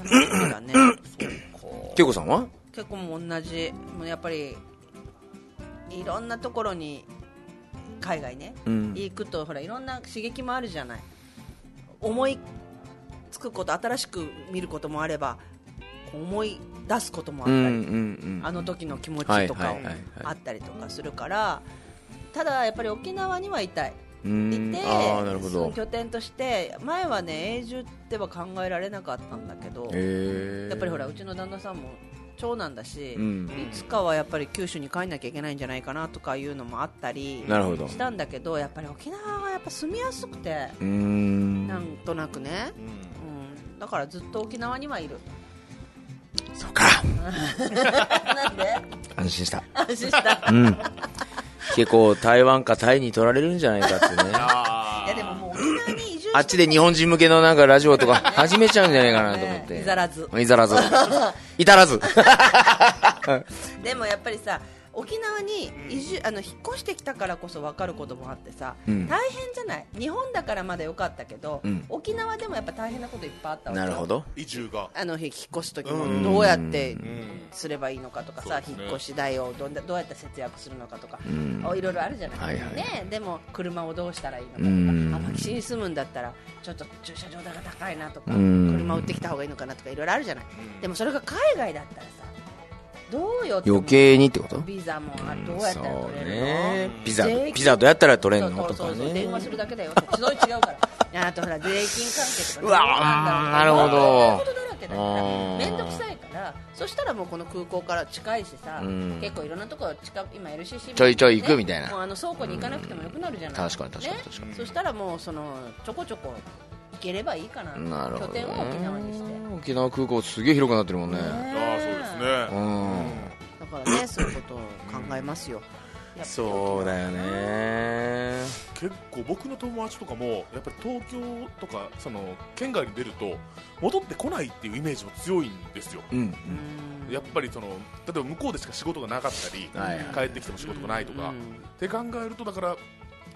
Speaker 3: 楽しみだね
Speaker 4: けいこさんは
Speaker 3: 結構もう同じもうやっぱりいろんなところに海外ね、
Speaker 4: うん
Speaker 3: 行くとほらいろんな刺激もあるじゃない思いつくこと新しく見ることもあれば思い出すこともあっ
Speaker 4: う
Speaker 3: た
Speaker 4: ん
Speaker 3: り、
Speaker 4: うんうん
Speaker 3: あの時の気持ちとか
Speaker 4: はい
Speaker 3: を
Speaker 4: はいはいはい
Speaker 3: あったりとかするからただやっぱり沖縄にはいたい
Speaker 4: うん
Speaker 3: いて
Speaker 4: ああなるほ
Speaker 3: そ
Speaker 4: ど
Speaker 3: の拠点として前はね永住っては考えられなかったんだけど、
Speaker 4: へえ
Speaker 3: やっぱりほらうちの旦那さんも長男だし、
Speaker 4: うん
Speaker 3: いつかはやっぱり九州に帰んなきゃいけないんじゃないかなとかいうのもあったり
Speaker 4: なるほど
Speaker 3: したんだけどやっぱり沖縄がやっぱ住みやすくて
Speaker 4: うーん
Speaker 3: なんとなくね、うん、だからずっと沖縄にはいる
Speaker 4: そうか
Speaker 3: なんで
Speaker 4: 安心した
Speaker 3: 安心した
Speaker 4: うん結構台湾かタイに取られるんじゃないかってね
Speaker 3: いやでももう沖縄に移住して
Speaker 4: あっちで日本人向けのなんかラジオとか始めちゃうんじゃないかなと思って。
Speaker 3: ねいざらず
Speaker 4: いざ らず。いたら ず。
Speaker 3: でもやっぱりさ沖縄に移住あの引っ越してきたからこそ分かることもあってさ、
Speaker 4: うん
Speaker 3: 大変じゃない日本だからまだ良かったけど、
Speaker 4: うん
Speaker 3: 沖縄でもやっぱ大変なこといっぱいあったわけよ
Speaker 4: なるほど。
Speaker 2: 移住が
Speaker 3: あの引っ越す時もどうやってすればいいのかとかさ、
Speaker 2: そうですね
Speaker 3: 引っ越し代をどんなどうやって節約するのかとか、
Speaker 4: ん
Speaker 3: いろいろあるじゃない、
Speaker 4: はいはい
Speaker 3: ね、でも車をどうしたらいいのかとか、
Speaker 4: うん
Speaker 3: あ岸に住むんだったらちょっと駐車場代が高いなとか、
Speaker 4: うん
Speaker 3: 車を売ってきた方がいいのかなとかいろいろあるじゃない、でもそれが海外だったらさどうよって思う
Speaker 4: 余計にってこと
Speaker 3: ビザもあどうやった
Speaker 4: そ
Speaker 3: ら
Speaker 4: う
Speaker 3: 取れるの、
Speaker 4: ね。ピザ
Speaker 3: 税、金
Speaker 4: ピザどうやったら取れ
Speaker 3: そ
Speaker 4: ん
Speaker 3: う
Speaker 4: のと
Speaker 3: そ
Speaker 4: か
Speaker 3: うそう電話
Speaker 4: ね。
Speaker 3: するだけだよそっちの違う からあとほら税金関係とかね
Speaker 4: うわーなるほど
Speaker 3: そういうことだらけだか
Speaker 4: うん
Speaker 3: ら面倒くさいからそしたらもうこの空港から近いしさ
Speaker 4: うん
Speaker 3: 結構いろんなとこ近く今 LCC
Speaker 4: ちょいちょい行くみたいな
Speaker 3: ねもうあの倉庫に行かなくてもよくなるじゃない
Speaker 4: うん確かに確かに確かに
Speaker 3: ねそしたらもうそのちょこちょこ行ければいいかな
Speaker 4: なるほ
Speaker 3: 拠
Speaker 4: ど
Speaker 3: 点を沖縄にして
Speaker 4: ね。沖縄空港すげえ広くなってるもんね。
Speaker 2: ああそうです
Speaker 4: う
Speaker 2: ね
Speaker 4: ん。
Speaker 3: だからねそういうことを考えますよやっぱり
Speaker 4: そうだよね。
Speaker 2: 結構僕の友達とかもやっぱり東京とかその県外に出ると戻ってこないっていうイメージも強いんですよ
Speaker 4: うん。
Speaker 3: うん
Speaker 2: やっぱりその例えば向こうでしか仕事がなかったり、
Speaker 4: はいは
Speaker 2: 帰ってきても仕事がないとか、
Speaker 3: う
Speaker 2: っ
Speaker 3: ん
Speaker 2: て考えるとだから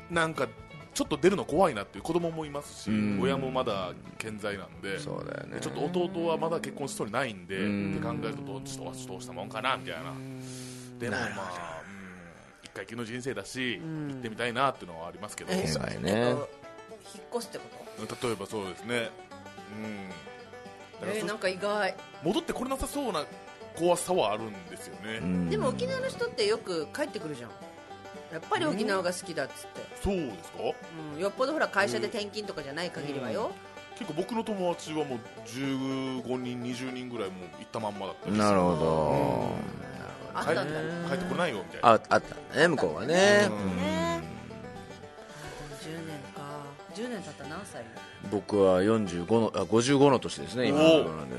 Speaker 2: なんかちょっと出るの怖いなっていう子供もいますし、
Speaker 4: うん
Speaker 2: 親もまだ健在なんで
Speaker 4: そうだよね
Speaker 2: でちょっと弟はまだ結婚しそうにないんで、
Speaker 4: うん
Speaker 2: って考えるとどうちょっとどうしたもんかなみたいなでもまあ、うん一回きりの人生だし、
Speaker 3: ん
Speaker 2: 行ってみたいなっていうのはありますけど、
Speaker 3: え
Speaker 2: 例
Speaker 4: 県外
Speaker 3: えっ
Speaker 4: ね。
Speaker 3: と引っ越すってこと
Speaker 2: えばそうですね、うんだから
Speaker 3: え
Speaker 2: そ
Speaker 3: ー、なんか意外
Speaker 2: 戻ってこれなさそうな怖さはあるんですよね、
Speaker 4: うん
Speaker 3: でも沖縄の人ってよく帰ってくるじゃんやっぱり沖縄が好きだっつって、
Speaker 2: そうですか
Speaker 3: うん、よっぽどほら会社で転勤とかじゃない限りはよ、
Speaker 2: 結構僕の友達はもう15人20人ぐらいもう行ったまんまだったりして
Speaker 4: なるほ
Speaker 3: あった
Speaker 2: 帰
Speaker 3: んだ
Speaker 2: って
Speaker 3: ね
Speaker 2: 帰ってこれないよみたい
Speaker 4: ど。
Speaker 2: な
Speaker 4: あ、あったんだね、向こうはね。
Speaker 3: ね10年か10年経ったら何歳
Speaker 4: 僕は45のあ55の年ですね今
Speaker 2: おお
Speaker 4: なので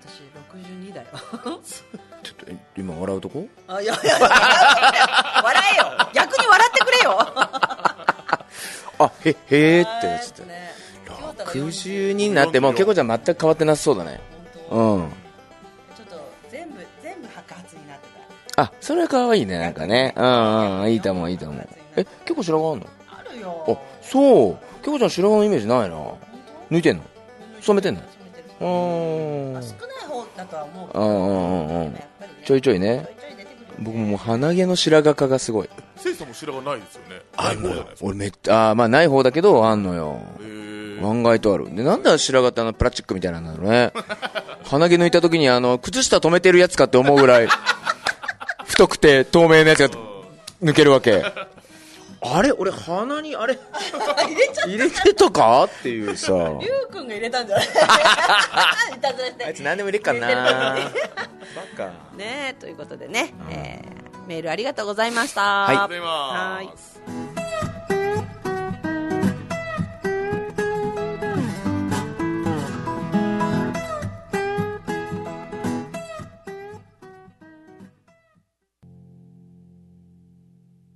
Speaker 3: 私62だよ
Speaker 4: ちょっとえ今笑うとこ
Speaker 3: あいやいやいや笑えよ逆に笑ってくれよ
Speaker 4: あへへーってちょっと
Speaker 3: ね
Speaker 4: 60になってもうけこちゃん全く変わってなさそうだね
Speaker 3: 本当
Speaker 4: うん
Speaker 3: ちょっと全部全部白髪になってた
Speaker 4: あそれは可愛いねなんかねうんうんいいと思ういいと思うえ結構白髪あんの
Speaker 3: あるよ
Speaker 4: あそう京子ちゃん白髪のイメージないな抜いてんの染めてんのうーん
Speaker 3: 少ない方だとは思うけ
Speaker 4: う
Speaker 3: ど
Speaker 4: んうんうんうんちょいちょいね僕ももう鼻毛の白髪化がすごい
Speaker 2: せいさんも白髪ないですよね。
Speaker 4: あんのよ俺めっちゃあーまあない方だけどあんのよ案外とあるでなんで白髪ってあのプラスチックみたいなんだろうね 鼻毛抜いた時にあの靴下止めてるやつかって思うぐらい 太くて透明なやつが抜けるわけあれ俺鼻にあれ
Speaker 3: 入れちゃった
Speaker 4: 入れてたかっていうさ
Speaker 3: りゅうくんが入れたんじゃないいたずらして
Speaker 4: あいつ何でも入れっかな
Speaker 3: 入れてる
Speaker 4: バカ
Speaker 3: のに ねえということでね、えーメールありがとうございました
Speaker 4: はい
Speaker 2: ありがとうございます
Speaker 3: はーい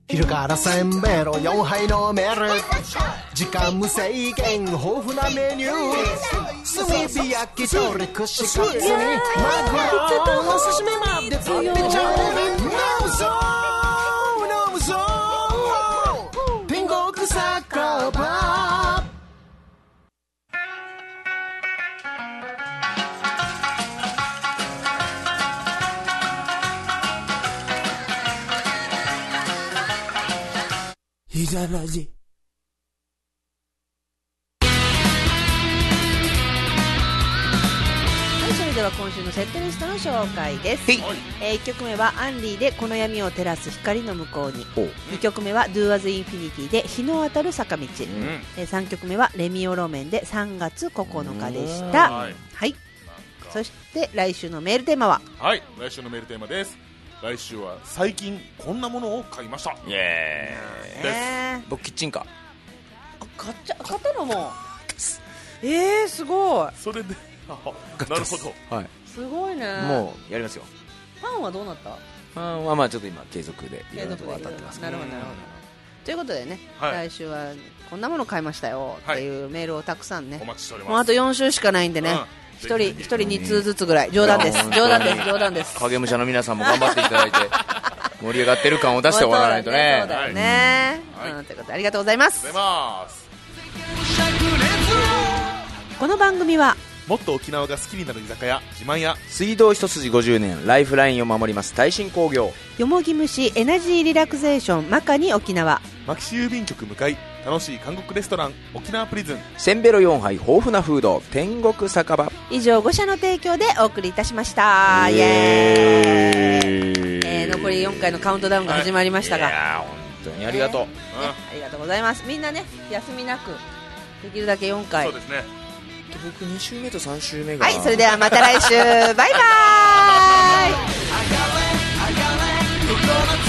Speaker 5: 昼からせんべろ4杯のメール時間無制限豊富なメニュー炭火焼き鳥串カツにマグロお刺身まで食べちゃう飲むぞ飲むぞ天国サッカーパー
Speaker 11: ひざらじ。
Speaker 3: はい、それでは今週のセットリストの紹介です、え1曲目は「アンリー」で「この闇を照らす光の向こうに」2曲目は「Do as Infinity」で「日の当たる坂道」え3曲目は「レミオロメン」で「3月9日」でした
Speaker 2: うん
Speaker 3: はい、そして来週のメールテーマは
Speaker 2: はい、来週のメールテーマです。来週は最近こんなものを買いました。イ
Speaker 4: エ
Speaker 2: ー
Speaker 3: ね
Speaker 4: 僕キッチンカー。
Speaker 3: 買っちゃ買ったのもえー、すごい
Speaker 2: それであなるほど。
Speaker 4: はい
Speaker 3: すごいね
Speaker 4: もうやりますよ
Speaker 3: パンはどうなった
Speaker 4: ファンはまあちょっと今継続でい
Speaker 3: 継
Speaker 4: ろいろ
Speaker 3: 続
Speaker 4: と
Speaker 3: でき
Speaker 4: 当
Speaker 3: る
Speaker 4: たってます
Speaker 3: なるほどなるほどということでね、
Speaker 4: はい
Speaker 3: 来週はこんなもの買いましたよっていうメールをたくさんね、
Speaker 2: お待ちしております
Speaker 3: もうあと4週しかないんでね、一人一人2通ずつぐらい冗談です
Speaker 4: うん
Speaker 3: 冗談です冗談です
Speaker 4: す影武者の皆さんも頑張っていただい て盛り上がってる感を出して終わらないとね
Speaker 3: そうだよねそうだよねうんということでありがとうございますこの番組は
Speaker 2: もっと沖縄が好きになる居酒屋自慢や
Speaker 4: 水道一筋50年ライフラインを守ります耐震工業
Speaker 3: よもぎ虫エナジーリラクゼーションマカに沖縄
Speaker 2: 牧師郵便局向かい楽しい韓国レストラン沖縄プリズン
Speaker 4: せんべろ4杯豊富なフード天国酒場
Speaker 3: 以上5社の提供でお送りいたしましたイエーイ、えー残り4回のカウントダウンが始まりましたが、
Speaker 4: 本当にありがとう、
Speaker 3: ありがとうございますみんなね休みなくできるだけ4回
Speaker 2: ですね
Speaker 4: 僕2週目と3週目が
Speaker 3: はいそれではまた来週バイバーイ
Speaker 11: 心